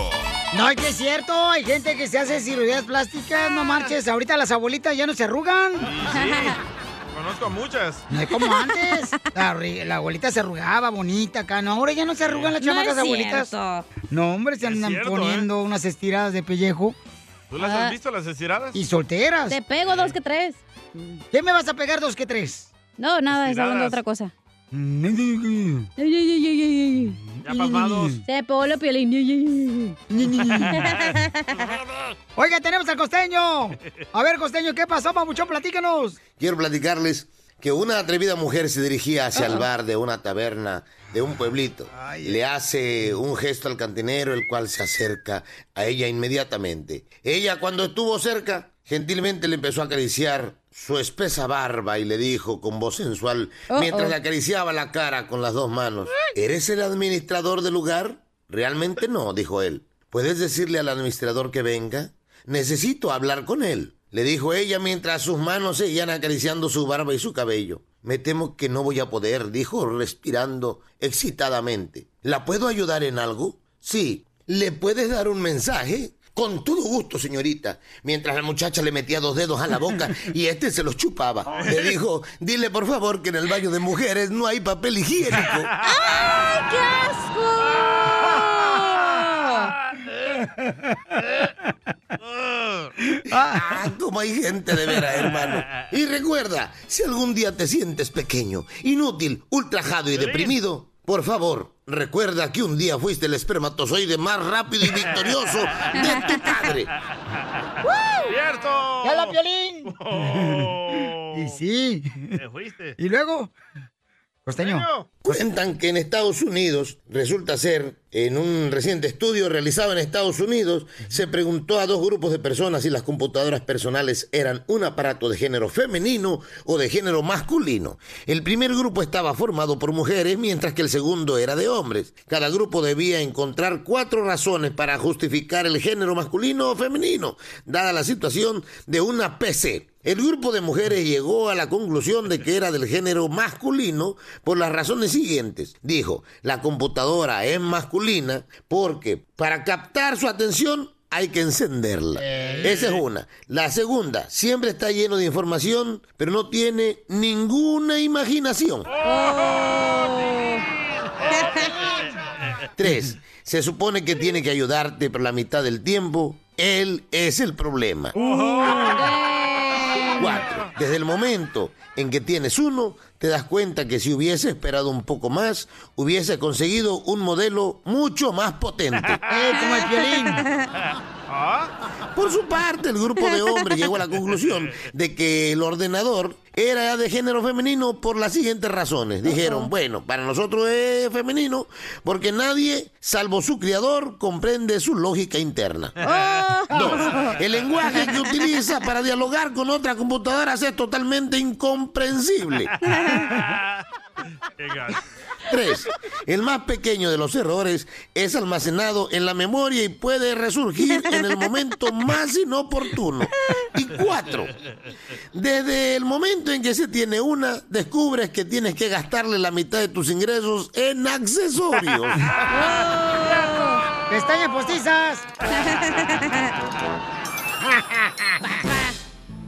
A: No, es que es cierto. Hay gente que se hace cirugías plásticas. No marches. Ahorita las abuelitas ya no se arrugan.
C: Conozco muchas.
A: No es como antes. La, arri- la abuelita se arrugaba bonita acá. No, ahora ya no se arrugan las
B: No
A: chamacas
B: es
A: abuelitas.
B: cierto.
A: No, hombre, se
C: Es
A: andan
C: cierto, ¿eh?
A: poniendo unas estiradas de pellejo.
C: ¿Tú las
A: Ah.
C: has visto, las estiradas?
A: Y solteras.
K: Te pego dos que tres.
A: ¿Qué me vas a pegar dos que tres?
K: No,
C: Pues
K: nada, es hablando de
A: Estiradas.
K: otra cosa.
A: Mm,
K: Ey, ey, ey, ey, ey, ey.
C: Ya pasmados.
K: Se pegó la piolín. Ey, ey, ey, ey.
A: Oiga, tenemos al costeño. A ver, costeño, ¿qué pasó, papuchón? Platícanos.
L: Quiero platicarles que una atrevida mujer se dirigía hacia el
A: Ajá.
L: bar de una taberna de un pueblito. Le hace un gesto al cantinero, el cual se acerca a ella inmediatamente. Ella, cuando estuvo cerca, gentilmente le empezó a acariciar su espesa barba y le dijo con voz sensual,
T: Oh,
L: mientras
T: oh.
L: le acariciaba la cara con las dos manos, ¿eres el administrador del lugar? Realmente no, dijo él. ¿Puedes decirle al administrador que venga? Necesito hablar con él, le dijo ella mientras sus manos seguían acariciando su barba y su cabello. Me temo que no voy a poder, dijo respirando excitadamente. ¿La puedo ayudar en algo? Sí. ¿Le puedes dar un mensaje? Con todo gusto, señorita. Mientras la muchacha le metía dos dedos a la boca y este se los chupaba. Le dijo, dile por favor que en el baño de mujeres no hay papel higiénico.
B: ¡Ay, qué
L: (laughs)
B: asco!
L: Ah, como hay gente de veras, hermano. Y recuerda, si algún día te sientes pequeño, inútil, ultrajado y deprimido, por favor, recuerda que un día fuiste el espermatozoide más rápido y victorioso de tu padre.
A: (laughs)
C: ¡Cierto!
A: ¡Ya la violín! y sí.
C: Te fuiste.
A: ¿Y luego? Costeño.
L: Cuentan que en Estados Unidos, resulta ser, en un reciente estudio realizado en Estados Unidos, se preguntó a dos grupos de personas si las computadoras personales eran un aparato de género femenino o de género masculino. El primer grupo estaba formado por mujeres, mientras que el segundo era de hombres. Cada grupo debía encontrar cuatro razones para justificar el género masculino o femenino, dada la situación de una PC. El grupo de mujeres llegó a la conclusión de que era del género masculino por las razones siguientes. Dijo, la computadora es masculina porque para captar su atención hay que encenderla.
B: Eh.
L: Esa es una. La segunda, siempre está lleno de información, pero no tiene ninguna imaginación.
B: Ah.
L: Tres, se supone que tiene que ayudarte, pero la mitad del tiempo, él es el problema. Cuatro. Desde el momento en que tienes uno, te das cuenta que si hubiese esperado un poco más, hubiese conseguido un modelo mucho más potente.
A: Eh, como el violín!
L: Por su parte, el grupo de hombres llegó a la conclusión de que el ordenador era de género femenino por las siguientes razones. Dijeron, bueno, para nosotros es femenino porque nadie, salvo su criador, comprende su lógica interna. Dos, el lenguaje que utiliza para dialogar con otras computadoras es totalmente incomprensible.
C: Qué gacho.
L: 3. El más pequeño de los errores es almacenado en la memoria y puede resurgir en el momento más inoportuno. Y 4. Desde el momento en que se tiene una, descubres que tienes que gastarle la mitad de tus ingresos en accesorios.
A: (laughs) ¡Pestañas postizas!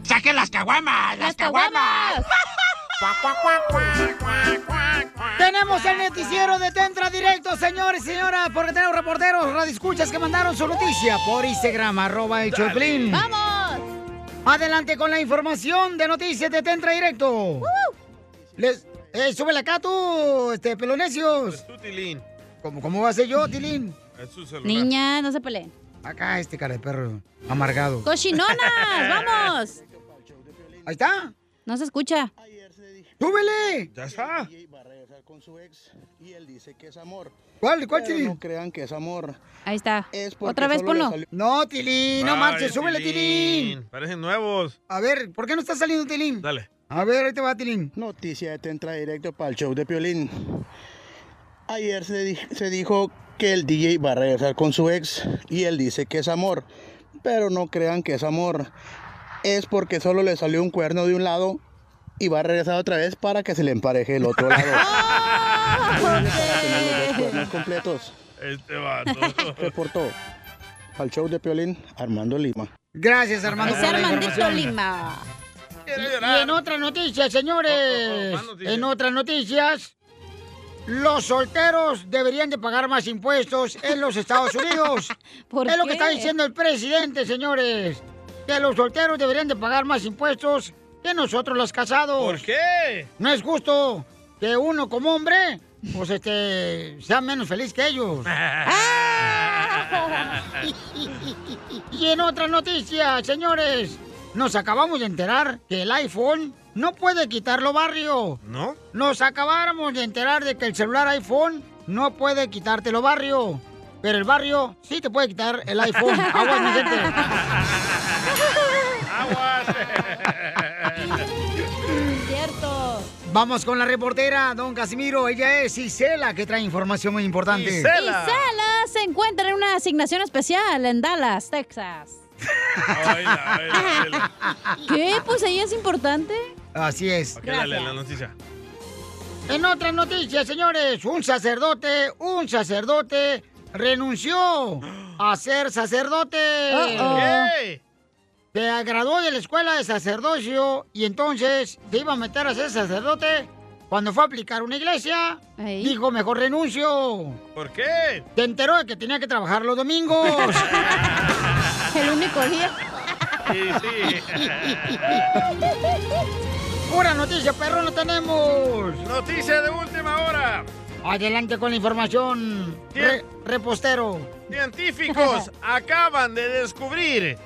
B: ¡Saquen las caguamas! ¡Las caguamas! (laughs)
A: Tenemos el noticiero de Tentra Directo, señores y señoras, porque tenemos reporteros, radioescuchas que mandaron su noticia por Instagram, arroba el
B: Dale.
A: Choplin.
K: ¡Vamos!
A: Adelante con la información de noticias de Tentra Directo. Les, eh, súbele acá tú, este, pelonesios.
C: Tú, Tilín.
A: ¿Cómo, ¿Cómo va a ser yo, Tilín?
C: Es su celular.
K: Niña, (laughs) no se peleen.
A: Acá este cara de perro amargado. (laughs)
K: ¡Cochinonas! ¡Vamos!
A: Ahí está.
K: No se escucha.
A: ¡Súbele!
C: Ya está.
A: ¿Cuál? ¿Cuál,
U: Pero
A: Tilín?
U: No crean que es amor.
K: Ahí está.
U: porque
K: Otra vez
U: solo le
K: ponlo.
U: salió-
A: No, Tilín, no
C: Ay,
A: marches, súbele, Tilín.
C: Parecen nuevos.
A: A ver, ¿por qué no está saliendo Tilín?
C: Dale.
A: A ver, ahí te va, Tilín.
U: Noticia de Tentra Directo para el show de Piolín. Ayer se, di- se dijo que el DJ va a regresar con su ex y él dice que es amor. Pero no crean que es amor. Es porque solo le salió un cuerno de un lado y va a regresar otra vez para que se le empareje el
K: (laughs)
U: otro lado.
K: Ah,
U: Los cuernos completos.
C: Este vato.
U: (laughs) Reportó al show de Piolín Armando Lima.
A: Gracias, Armando.
K: Es
A: por Ah, la
K: Armandito
A: información.
K: Lima.
A: Y en otras noticias, señores. En otras noticias. Los solteros deberían de pagar más impuestos en los Estados (laughs) Unidos. es lo que
K: qué?
A: está diciendo el presidente, señores. Que los solteros deberían de pagar más impuestos que nosotros los casados. ¿Por
C: qué?
A: No es justo que uno como hombre, pues este, sea menos feliz que ellos.
B: ¡Ah! (laughs)
A: Y en otras noticias, señores, nos acabamos de enterar que el iPhone no puede quitarlo barrio.
C: ¿No?
A: Nos acabamos de enterar de que el celular iPhone no puede quitártelo barrio. Pero el barrio sí te puede quitar el iPhone. Aguas, mi gente.
K: (laughs) Cierto.
A: Vamos con la reportera, don Casimiro. Ella es Isela, que trae información muy importante.
K: Isela se encuentra en una asignación especial en Dallas, Texas. ¿Qué? Pues ahí es importante.
A: Así es.
C: Ok, dale la noticia.
A: En otras noticias, señores, un sacerdote, un sacerdote renunció a ser sacerdote.
B: Uh-oh. ¿Qué?
A: Se graduó de la escuela de sacerdocio y entonces se iba a meter a ser sacerdote. Cuando fue a aplicar a una iglesia, dijo, mejor renuncio.
C: ¿Por qué?
A: Se enteró de que tenía que trabajar los domingos. (laughs) El único día.
C: Sí, sí.
A: Pura noticia, perro, no tenemos.
C: Noticia de última hora.
A: Adelante con la información, re- repostero. (laughs)
C: Científicos acaban de descubrir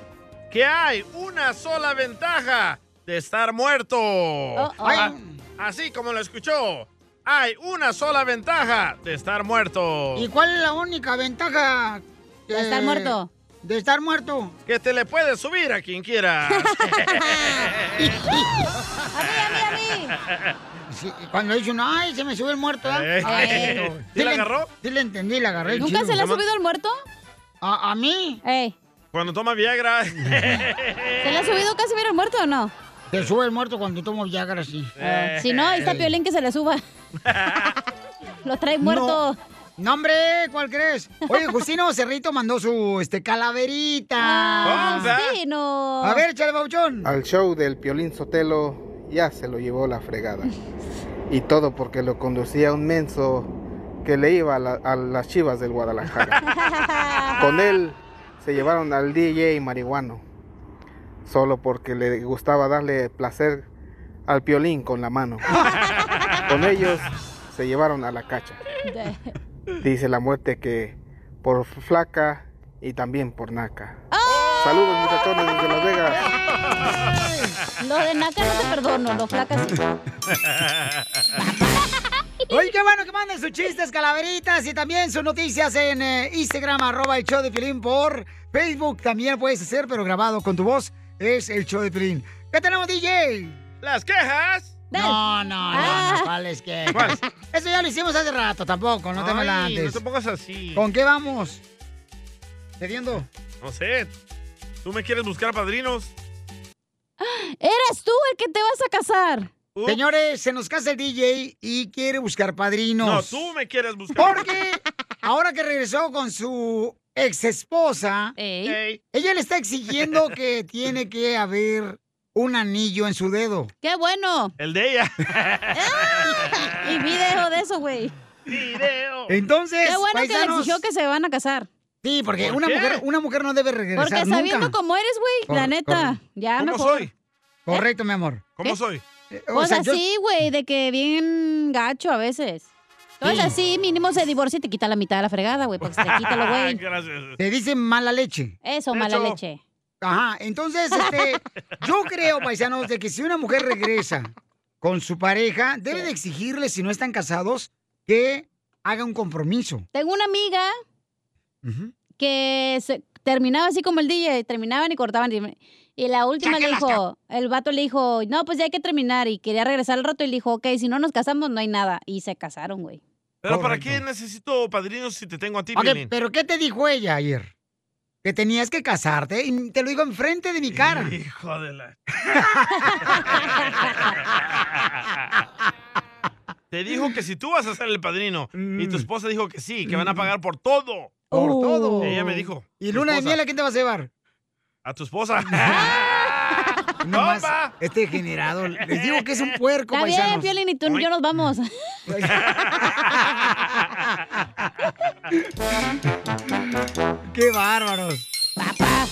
C: que hay una sola ventaja de estar muerto. Ah, así como lo escuchó, hay una sola ventaja de estar muerto.
A: ¿Y cuál es la única ventaja? eh,
C: De estar muerto.
A: De estar muerto.
C: Que te le puedes subir a
A: (laughs)
C: quien quiera.
A: Cuando dicen, ay, se me subió el muerto. ¿ah?"
C: Eh.
A: Ay,
C: Eh.
A: no.
C: (laughs) ¿Sí la
A: le-
C: agarró?
A: Sí le entendí, la agarré.
K: ¿Nunca se le ha subido el muerto?
A: ¿A, a mí?
C: Cuando toma Viagra.
K: ¿Se le ha subido casi el muerto o no?
A: (laughs) Te sube el muerto cuando tomo Viagra, sí.
K: Eh, Si no, ahí está Piolín que se le suba. Lo trae muerto.
A: No, hombre, ¿cuál crees? Oye, Justino Cerrito mandó su este,
K: Ah,
A: calaverita.
K: Justino.
A: A ver, échale, babuchón.
T: (laughs) Al show del Piolín Sotelo ya se lo llevó la fregada. Y todo porque lo conducía un menso que le iba a, la- a las chivas del Guadalajara. Con él se llevaron al DJ marihuano. Solo porque le gustaba darle placer al Piolín con la mano. Con ellos se llevaron a la cacha. Dice la muerte que por flaca y también por naca. Saludos muchachones desde Las Vegas.
K: Lo de Naca no te perdono, lo flacas.
A: Oye, qué bueno que manden sus chistes, calaveritas y también sus noticias en eh, Instagram, arroba el show de Pilín por Facebook. También puedes hacer, pero grabado con tu voz, es el show de Pilín. ¿Qué tenemos, DJ?
C: (laughs) ¿Las quejas?
A: No, no, no,
I: Ah.
A: no, ¿cuáles quejas? Eso ya lo hicimos hace rato, tampoco, no te
C: Ay,
A: me la
C: no
A: antes.
C: te pongas así.
A: ¿Con qué vamos? ¿Cediendo?
C: No sé. ¿Tú me quieres buscar padrinos?
K: Eres tú el que te vas a casar.
A: Señores, se nos casa el DJ y quiere buscar padrinos.
C: No, tú me quieres buscar.
A: Porque ahora que regresó con su ex esposa, ella le está exigiendo que tiene que haber un anillo en su dedo.
K: ¡Qué bueno!
C: El de ella.
K: Y video de eso, güey.
C: Video.
A: Entonces,
K: Qué bueno que le
A: paisanos-
K: exigió que se van a casar.
A: Sí, porque
K: ¿Por
A: una
K: qué?
A: mujer, una mujer no debe regresar
K: Porque sabiendo
A: nunca.
K: cómo eres, güey, la
A: Cor-
K: neta,
A: cor-
K: ya
A: ¿Cómo
K: mejor.
A: soy? Correcto, mi amor. Eh,
C: ¿Cómo
K: ¿Qué?
C: soy?
A: o
K: Pues
A: sea, yo-
K: así, güey, de que bien gacho a veces. Entonces así, mínimo se divorcia y te quita la mitad de la fregada, güey,
A: (laughs)
K: porque se Este, te quita lo güey.
C: (laughs) Gracias.
A: Te dicen mala leche.
K: Eso,
A: De
K: mala
A: hecho.
K: leche.
A: Ajá, entonces, este,
C: (laughs)
A: yo creo, paisanos, de que si una mujer regresa con su pareja, debe de exigirle, si no están casados, que haga un compromiso.
K: Tengo una amiga que se- terminaba así como el DJ, terminaban y cortaban. Y, y la última le dijo, el vato le dijo, no, pues ya hay que terminar. Y quería regresar al rato y le dijo, ok, si no nos casamos, no hay nada. Y se casaron, güey.
C: Pero ¿para qué necesito padrinos si te tengo a ti,
A: Ok,
C: Piolín?
A: pero ¿qué te dijo ella ayer? Que tenías que casarte y te lo digo enfrente de mi cara.
C: Hijo de la... Te dijo que si tú vas a ser el padrino y tu esposa dijo que sí, que van a pagar por todo.
A: Por
K: Uh.
A: todo.
C: Ella me dijo.
A: ¿Y
C: tu
A: luna de
C: (laughs) esposa,
A: miel a quién te vas a llevar?
C: A tu esposa.
A: No más. Este degenerado. Les digo que es un puerco,
K: Está bien,
A: paisanos.
K: Piolín, y tú y yo nos vamos.
A: (laughs) ¡Qué bárbaros!
K: ¡Papá!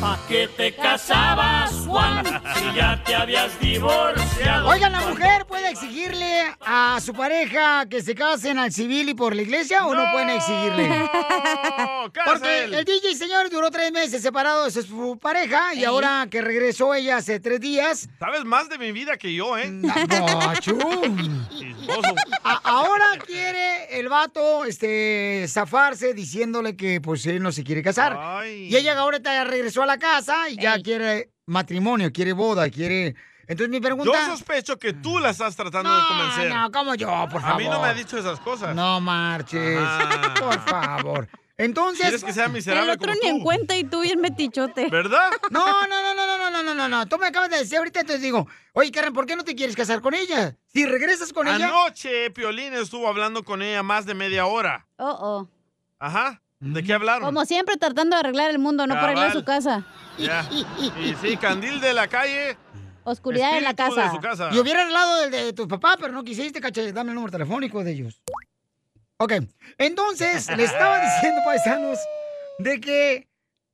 B: ¿Pa qué te casabas, Juan, si ya te habías divorciado?
A: Oigan, ¿la mujer puede exigirle a su pareja que se casen al civil y por la iglesia o no, pueden exigirle? (laughs) Porque el DJ, señor, duró tres meses separado de su pareja y
C: Ey.
A: ahora que regresó ella hace tres días...
C: (laughs) Sabes más de mi vida que yo, ¿eh?
A: Nacho. a- ahora quiere el vato este, zafarse diciéndole que pues él no se quiere casar. Y ella ahora está- regresó a la casa y ya quiere matrimonio, quiere boda, quiere... Entonces mi pregunta...
C: Yo sospecho que tú la estás tratando de convencer.
A: no, ¿cómo yo, por
C: A mí no me
A: favor?
C: ha dicho esas cosas.
A: No marches.
C: Ah.
A: Por favor. Entonces.
C: ¿Quieres que sea miserable
K: El otro
C: como
K: ni en cuenta y tú bien (laughs) metichote.
C: ¿Verdad?
A: No, no, no, no, no, no, no, no, no, no. Tú me acabas de decir ahorita, entonces digo, oye, Karen, ¿por qué no te quieres casar con ella? Si regresas con
C: Ah,
A: ella.
C: Anoche, Piolín estuvo hablando con ella más de media hora.
K: Oh, oh.
C: Ajá. ¿De qué hablaron?
K: Como siempre, tratando de arreglar el mundo, no por arreglar
C: Mm. Cabal.
K: su casa.
A: (laughs)
C: Ya. Y sí, candil de la calle.
K: Oscuridad en la
C: Espíritu
K: casa.
C: de su casa.
A: Y hubiera hablado del de tu papá, pero no quisiste, caché. Dame el número telefónico de ellos. Ok. Entonces, le
C: (laughs)
A: estaba diciendo, paisanos, de que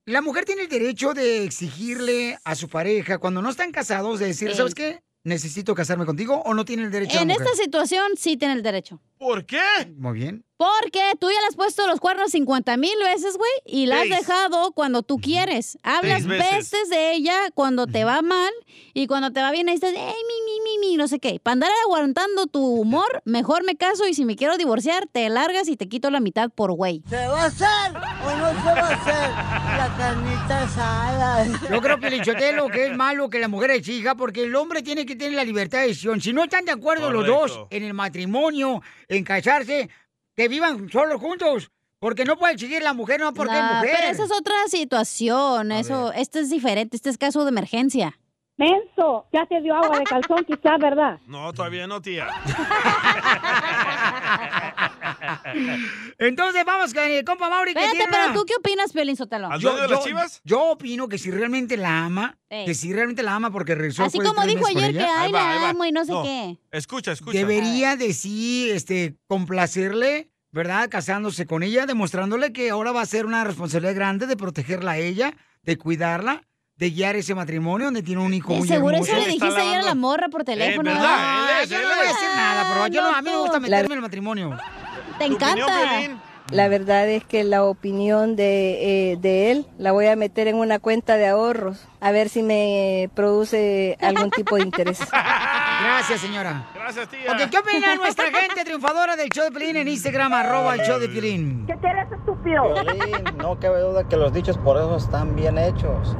A: la mujer tiene el derecho de exigirle a su pareja, cuando no están casados, de decir,
K: Ey.
A: ¿sabes qué? ¿Necesito casarme contigo o no tiene el derecho
K: En
A: la mujer?
K: esta situación sí tiene el derecho.
C: ¿Por qué?
A: Muy bien.
K: Porque tú ya le has puesto los cuernos 50 mil veces, güey, y la has
A: Seis.
K: dejado cuando tú quieres. Hablas
A: Seis veces.
K: veces de ella cuando te va mal y cuando te va bien ahí estás, ey, mi, mi, mi, mi, no sé qué. Para andar aguantando tu humor, mejor me caso y si me quiero divorciar, te largas y te quito la mitad por güey.
V: ¿Se va a hacer o no se va a hacer la carnita asada?
A: Yo creo, Pelichotelo, que es malo que la mujer exija porque el hombre tiene que tener la libertad de decisión. Si no están de acuerdo los
B: Correcto.
A: dos en el matrimonio, en casarse, que vivan solos juntos. Porque no puede exigir la mujer, no porque es
K: Nah,
A: mujer.
K: Pero esa es otra situación, eso, este es diferente, este es caso de emergencia.
W: Menso, ya te dio agua
K: (laughs)
W: de calzón quizás, ¿verdad?
C: No, todavía no, tía.
A: Entonces vamos con el compa Mauri.
K: Espérate,
A: que tiene
K: pero
A: una-
K: ¿tú qué opinas, Piolín Sotelo?
A: yo opino que si realmente la ama,
K: Ey.
A: que si realmente la ama porque regresó
K: Así
A: después de
K: como
A: tres
K: dijo
A: meses con
K: ayer que,
A: ella,
K: ay, la amo y no sé qué.
C: Escucha, escucha.
A: debería de sí este, complacerle, ¿verdad? Casándose con ella, demostrándole que ahora va a ser una responsabilidad grande de protegerla a ella, de cuidarla, de guiar ese matrimonio donde tiene un hijo
K: Eh,
A: muy
K: seguro
A: hermoso.
K: eso le dijiste ayer a la morra por teléfono,
A: Eh, ¿verdad?
K: ¿verdad?
A: Él es, Yo no él le voy a es. decir nada, pero yo no- a mí me gusta meterme en el matrimonio.
K: Te
A: ¿Tu opinión,
K: encanta.
A: Piolín?
X: La verdad es que la opinión de, eh, de él la voy a meter en una cuenta de ahorros, a ver si me produce algún tipo de
A: (laughs)
X: interés.
A: Gracias, señora.
C: Gracias, tía.
A: Ok, ¿qué opina nuestra gente triunfadora del show de Pilín en Instagram, arroba el show de Pilín? ¿Qué eres estúpido?
Y: Piolín, no cabe duda que los dichos por eso están bien hechos.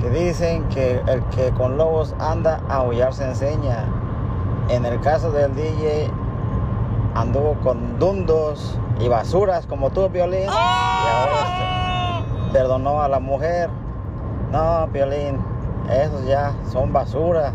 Y: Que dicen que el que con lobos anda, a aullar se enseña. En el caso del DJ, anduvo con dundos y basuras como tú, Violín.
A: ¡Oh!
Y: Y ahora se perdonó a la mujer. No, Violín, esos ya son basura.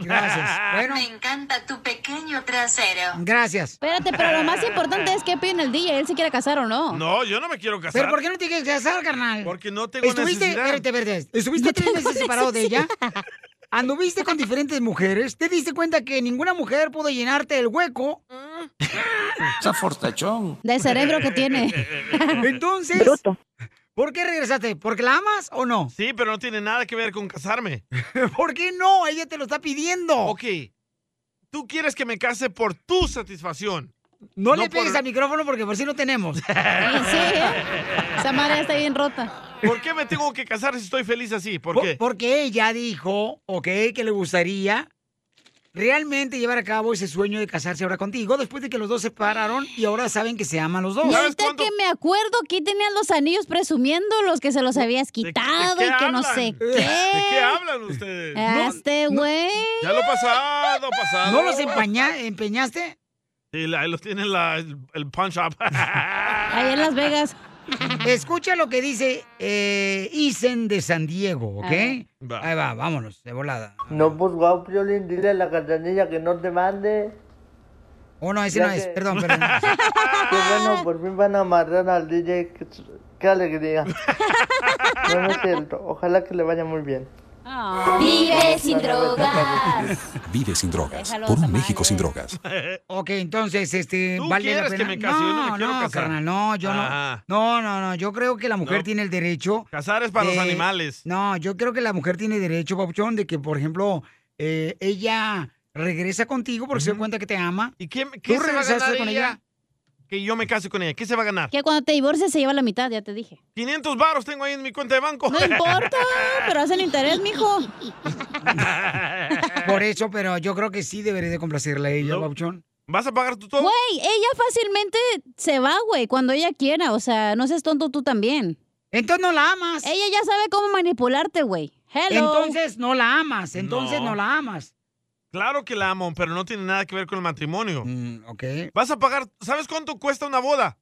A: Gracias.
C: Ah.
X: Me encanta tu pequeño trasero.
A: Gracias.
K: Espérate, pero lo más importante
A: (laughs)
K: es qué opina el DJ, él se quiere casar o no.
C: No, yo no me quiero casar.
A: ¿Pero por qué no te quieres casar, carnal?
C: Porque no
A: (laughs)
C: tengo
A: Estuviste,
C: necesidad.
A: espérate, espérate, estuviste
C: No
A: tres
C: tengo
A: meses separado de ella, (laughs) anduviste con diferentes mujeres, te diste cuenta que ninguna mujer pudo llenarte el hueco.
Y: Está fortachón.
K: Del cerebro que
C: (laughs)
K: tiene.
A: Entonces, ¿por qué regresaste? ¿Porque la amas o no?
C: Sí, pero no tiene nada que ver con casarme.
A: (laughs) ¿Por qué no? Ella te lo está pidiendo.
C: Ok. Tú quieres que me case por tu satisfacción.
A: No, le pegues al micrófono porque por si no
C: (laughs)
A: tenemos.
K: (laughs) Esa madre ya está bien rota.
C: ¿Por qué me tengo que casar si estoy feliz así? ¿Por qué?
A: Porque ella dijo, ok, que le gustaría realmente llevar a cabo ese sueño de casarse ahora contigo después de que los dos se separaron y ahora saben que se aman los dos.
K: Y ahorita que me acuerdo, aquí tenían los anillos presumiendo los que se los habías quitado
A: qué
K: y que no
A: hablan?
K: sé
A: ¿De
K: qué.
C: ¿Qué hablan ustedes?
K: A este güey.
C: Ya lo pasado, pasado.
A: ¿No los empaña- empeñaste?
C: Sí, la- ahí los tiene la- el, el punch up. (laughs)
K: Ahí en Las Vegas.
A: Escucha lo que dice eh, Isen de San Diego, ¿ok?
Y: A ver.
A: Ahí va, vámonos, de volada.
Y: No, pues guau, Piolín, dile a la cachanilla que no te mande.
A: Oh, no, ese
Y: Ya
A: no es.
Y: que-
A: Perdón,
Y: (laughs)
A: perdón.
Y: Qué bueno, por fin van a amarrar al DJ. Qué,
A: (laughs)
Y: qué alegría. No, no es cierto. Ojalá que le vaya muy bien.
I: Ah. Vive sin drogas.
D: Vive sin drogas.
A: Déjalo,
D: Por un México sin drogas.
A: (laughs) Ok, entonces, este,
D: Tú
A: vale la
D: quieres que
A: pena.
D: me case, yo no me quiero
A: no,
D: casar.
A: carnal, no, yo
C: Ah.
A: no. No, no, no, yo creo que la mujer
C: No.
A: tiene el derecho.
C: Casar es para los animales.
A: No, yo creo que la mujer tiene derecho, papuchón, de que, por ejemplo, eh, ella regresa contigo porque se da cuenta que te ama.
C: ¿Y quién, ¿Qué
A: ¿Tú
C: se va a
A: regresaste
C: ganar
A: con
C: ella?
A: ella?
C: Que yo me case con ella. ¿Qué se va a ganar?
K: Que cuando te divorcias se lleva la mitad, ya te dije.
C: 500 baros tengo ahí en mi cuenta de banco.
K: No importa,
A: Ah.
K: pero haz el interés, mijo.
A: Por eso, pero yo creo que sí debería de complacerla a ella, papuchón.
C: ¿Vas a pagar tú todo?
K: Güey, ella fácilmente se va, güey, cuando ella quiera. O sea, no seas tonto tú también.
A: Entonces no la amas.
K: Ella ya sabe cómo manipularte, güey. Hello.
A: Entonces no la amas,
C: entonces No. no
A: la amas.
C: (laughs) Claro que la amo, pero no tiene nada que ver con el matrimonio.
A: Mm, ok.
C: Vas a pagar, ¿sabes cuánto cuesta una boda?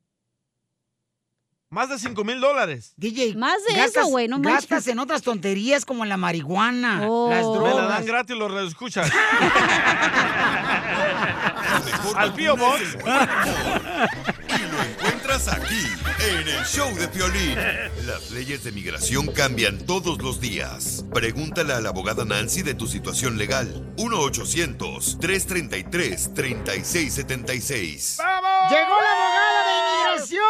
C: Más de 5 mil dólares.
A: DJ,
K: Más de
A: gastas-
K: eso, güey, no manches.
A: Gastas en otras tonterías como en la marihuana,
K: Oh.
A: las
C: Me la dan
A: drogas.
C: gratis, los
F: (laughs)
C: escuchas. Al pío Box.
F: Encuentras aquí, en el show de Piolín. Las leyes de migración cambian todos los días. Pregúntale a la abogada Nancy de tu situación legal. 1-800-333-3676.
A: ¡Llegó la abogada de inmigración!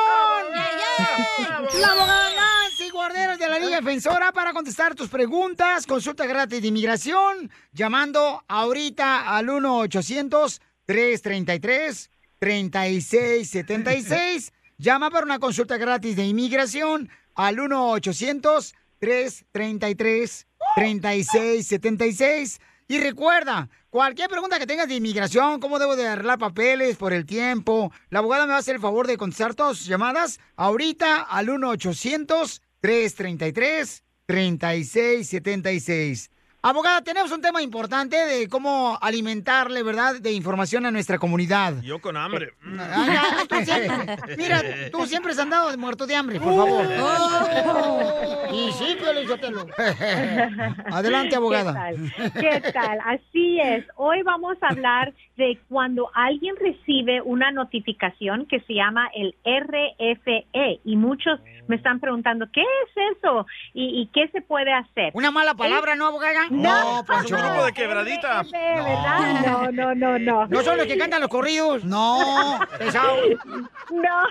A: La abogada Nancy Guarderos de la Liga Defensora para contestar tus preguntas. Consulta gratis de inmigración. Llamando ahorita al 1-800-333-3676. Llama para una consulta gratis de inmigración al 1-800-333-3676. Y recuerda, cualquier pregunta que tengas de inmigración, cómo debo de arreglar papeles por el tiempo, la abogada me va a hacer el favor de contestar todas sus llamadas ahorita al 1-800-333-3676. Abogada, tenemos un tema importante de cómo alimentarle, ¿verdad?, de información a nuestra comunidad.
C: Yo con hambre.
A: Eh, Ay, ay, tú
C: (laughs)
A: siempre- mira, tú siempre has andado muerto de hambre, por favor.
B: Oh.
A: Y sí, Piolín, yo te
W: (laughs)
A: lo- (laughs) Adelante, abogada.
W: ¿Qué tal? ¿Qué tal? Así es. Hoy vamos a hablar de cuando alguien recibe una notificación que se llama el RFE y muchos me están preguntando, ¿qué es eso? ¿Y, y qué se puede hacer?
A: Una mala palabra, ¿no, abogada?
W: No,
C: pues un grupo de quebradita.
W: ¿verdad? Ah, No, no, no, no.
A: No son los que cantan los corridos. No, pesado.
W: No,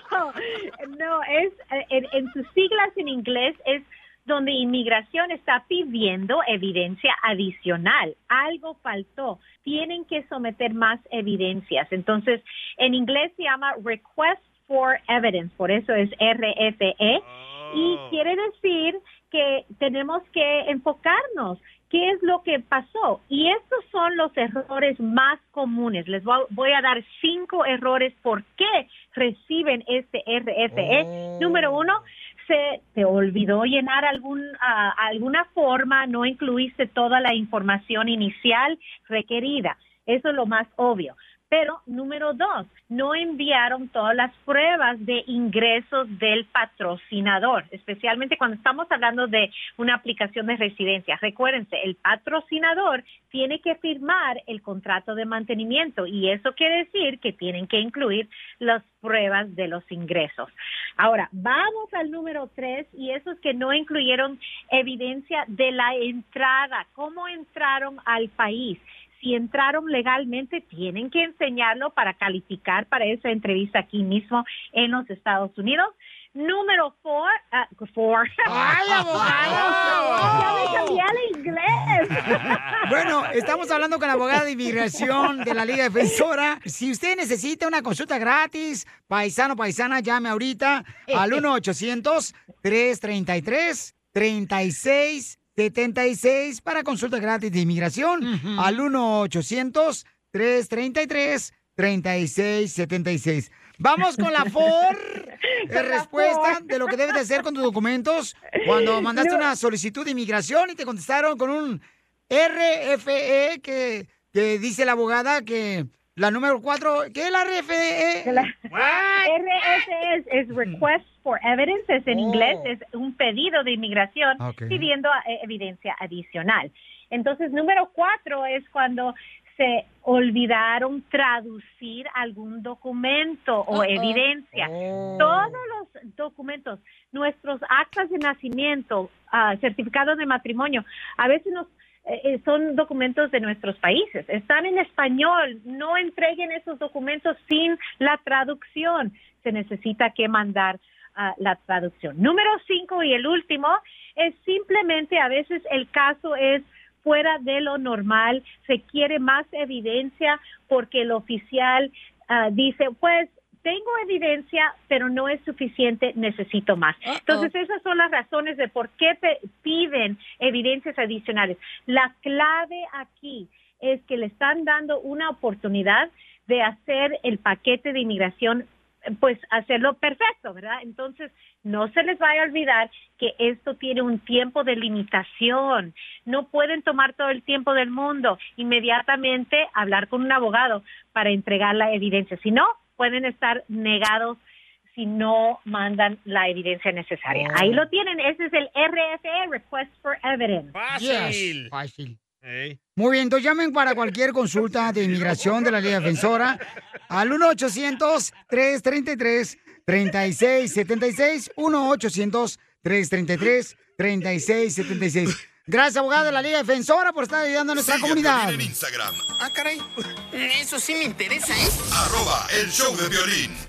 W: no, es eh, en, en sus siglas en inglés es donde inmigración está pidiendo evidencia adicional. Algo faltó. Tienen que someter más evidencias. Entonces, en inglés se llama request for evidence, por eso es E. RFE. Y quiere decir que tenemos que enfocarnos. ¿Qué es lo que pasó? Y estos son los errores más comunes. Les voy a, voy a dar cinco errores por qué reciben este RFE. Número uno, se te olvidó llenar algún, ah, alguna forma, no incluiste toda la información inicial requerida. Eso es lo más obvio. Pero número dos, no enviaron todas las pruebas de ingresos del patrocinador, especialmente cuando estamos hablando de una aplicación de residencia. Recuérdense, el patrocinador tiene que firmar el contrato de mantenimiento y eso quiere decir que tienen que incluir las pruebas de los ingresos. Ahora, vamos al número tres y esos que no incluyeron evidencia de la entrada, cómo entraron al país si entraron legalmente, tienen que enseñarlo para calificar para esa entrevista aquí mismo en los Estados Unidos. Número four, ah, four.
A: ¡Ay,
W: abogado! (laughs) ¡Ya me cambié al inglés!
A: (laughs) Bueno, estamos hablando con la abogada de inmigración de la Liga Defensora. Si usted necesita una consulta gratis, paisano, paisana, llame ahorita
W: (laughs)
A: al 1-800-333-3676 para consulta gratis de inmigración al 1-800-333-3676. Vamos con la
W: (laughs)
A: FOR
W: Con la
A: es respuesta
W: FOR.
A: de lo que debes de hacer con tus documentos
W: (laughs)
A: cuando mandaste
W: No.
A: una solicitud de inmigración y te contestaron con un RFE que, que dice la abogada que la número cuatro, ¿qué es la E RFE?
W: RFE es, es E Request for Evidence, es en
A: Oh. Ah,
W: inglés, es un pedido de inmigración
A: Ok.
W: pidiendo eh, evidencia adicional. Entonces, número cuatro es cuando se olvidaron traducir algún documento o
J: Uh-oh.
W: evidencia.
A: Oh.
W: Todos los documentos, nuestros actas de nacimiento, ah, certificados de matrimonio, a veces nos eh, eh, son documentos de nuestros países, están en español, no entreguen esos documentos sin la traducción, se necesita que mandar ah, la traducción. Número cinco y el último es simplemente a veces el caso es fuera de lo normal, se quiere más evidencia porque el oficial ah, dice, pues tengo evidencia, pero no es suficiente, necesito más. Entonces, esas son las razones de por qué pe- piden evidencias adicionales. La clave aquí es que le están dando una oportunidad de hacer el paquete de inmigración pues hacerlo perfecto, ¿verdad? Entonces, no se les vaya a olvidar que esto tiene un tiempo de limitación. No pueden tomar todo el tiempo del mundo, inmediatamente hablar con un abogado para entregar la evidencia. Si no, pueden estar negados si no mandan la evidencia necesaria. Ahí lo tienen, ese es el RFE, Request for Evidence.
A: Fácil. Fácil. Muy bien, entonces llamen para cualquier consulta de inmigración de la Liga Defensora al 1-800-333-3676. 1-800-333-3676. Gracias, abogado de la Liga Defensora, por estar ayudando a nuestra
F: Sigue a
A: comunidad.
F: Piolín en Instagram,
H: Ah, caray. Eso sí me interesa, ¿eh?
F: arroba el show de violín.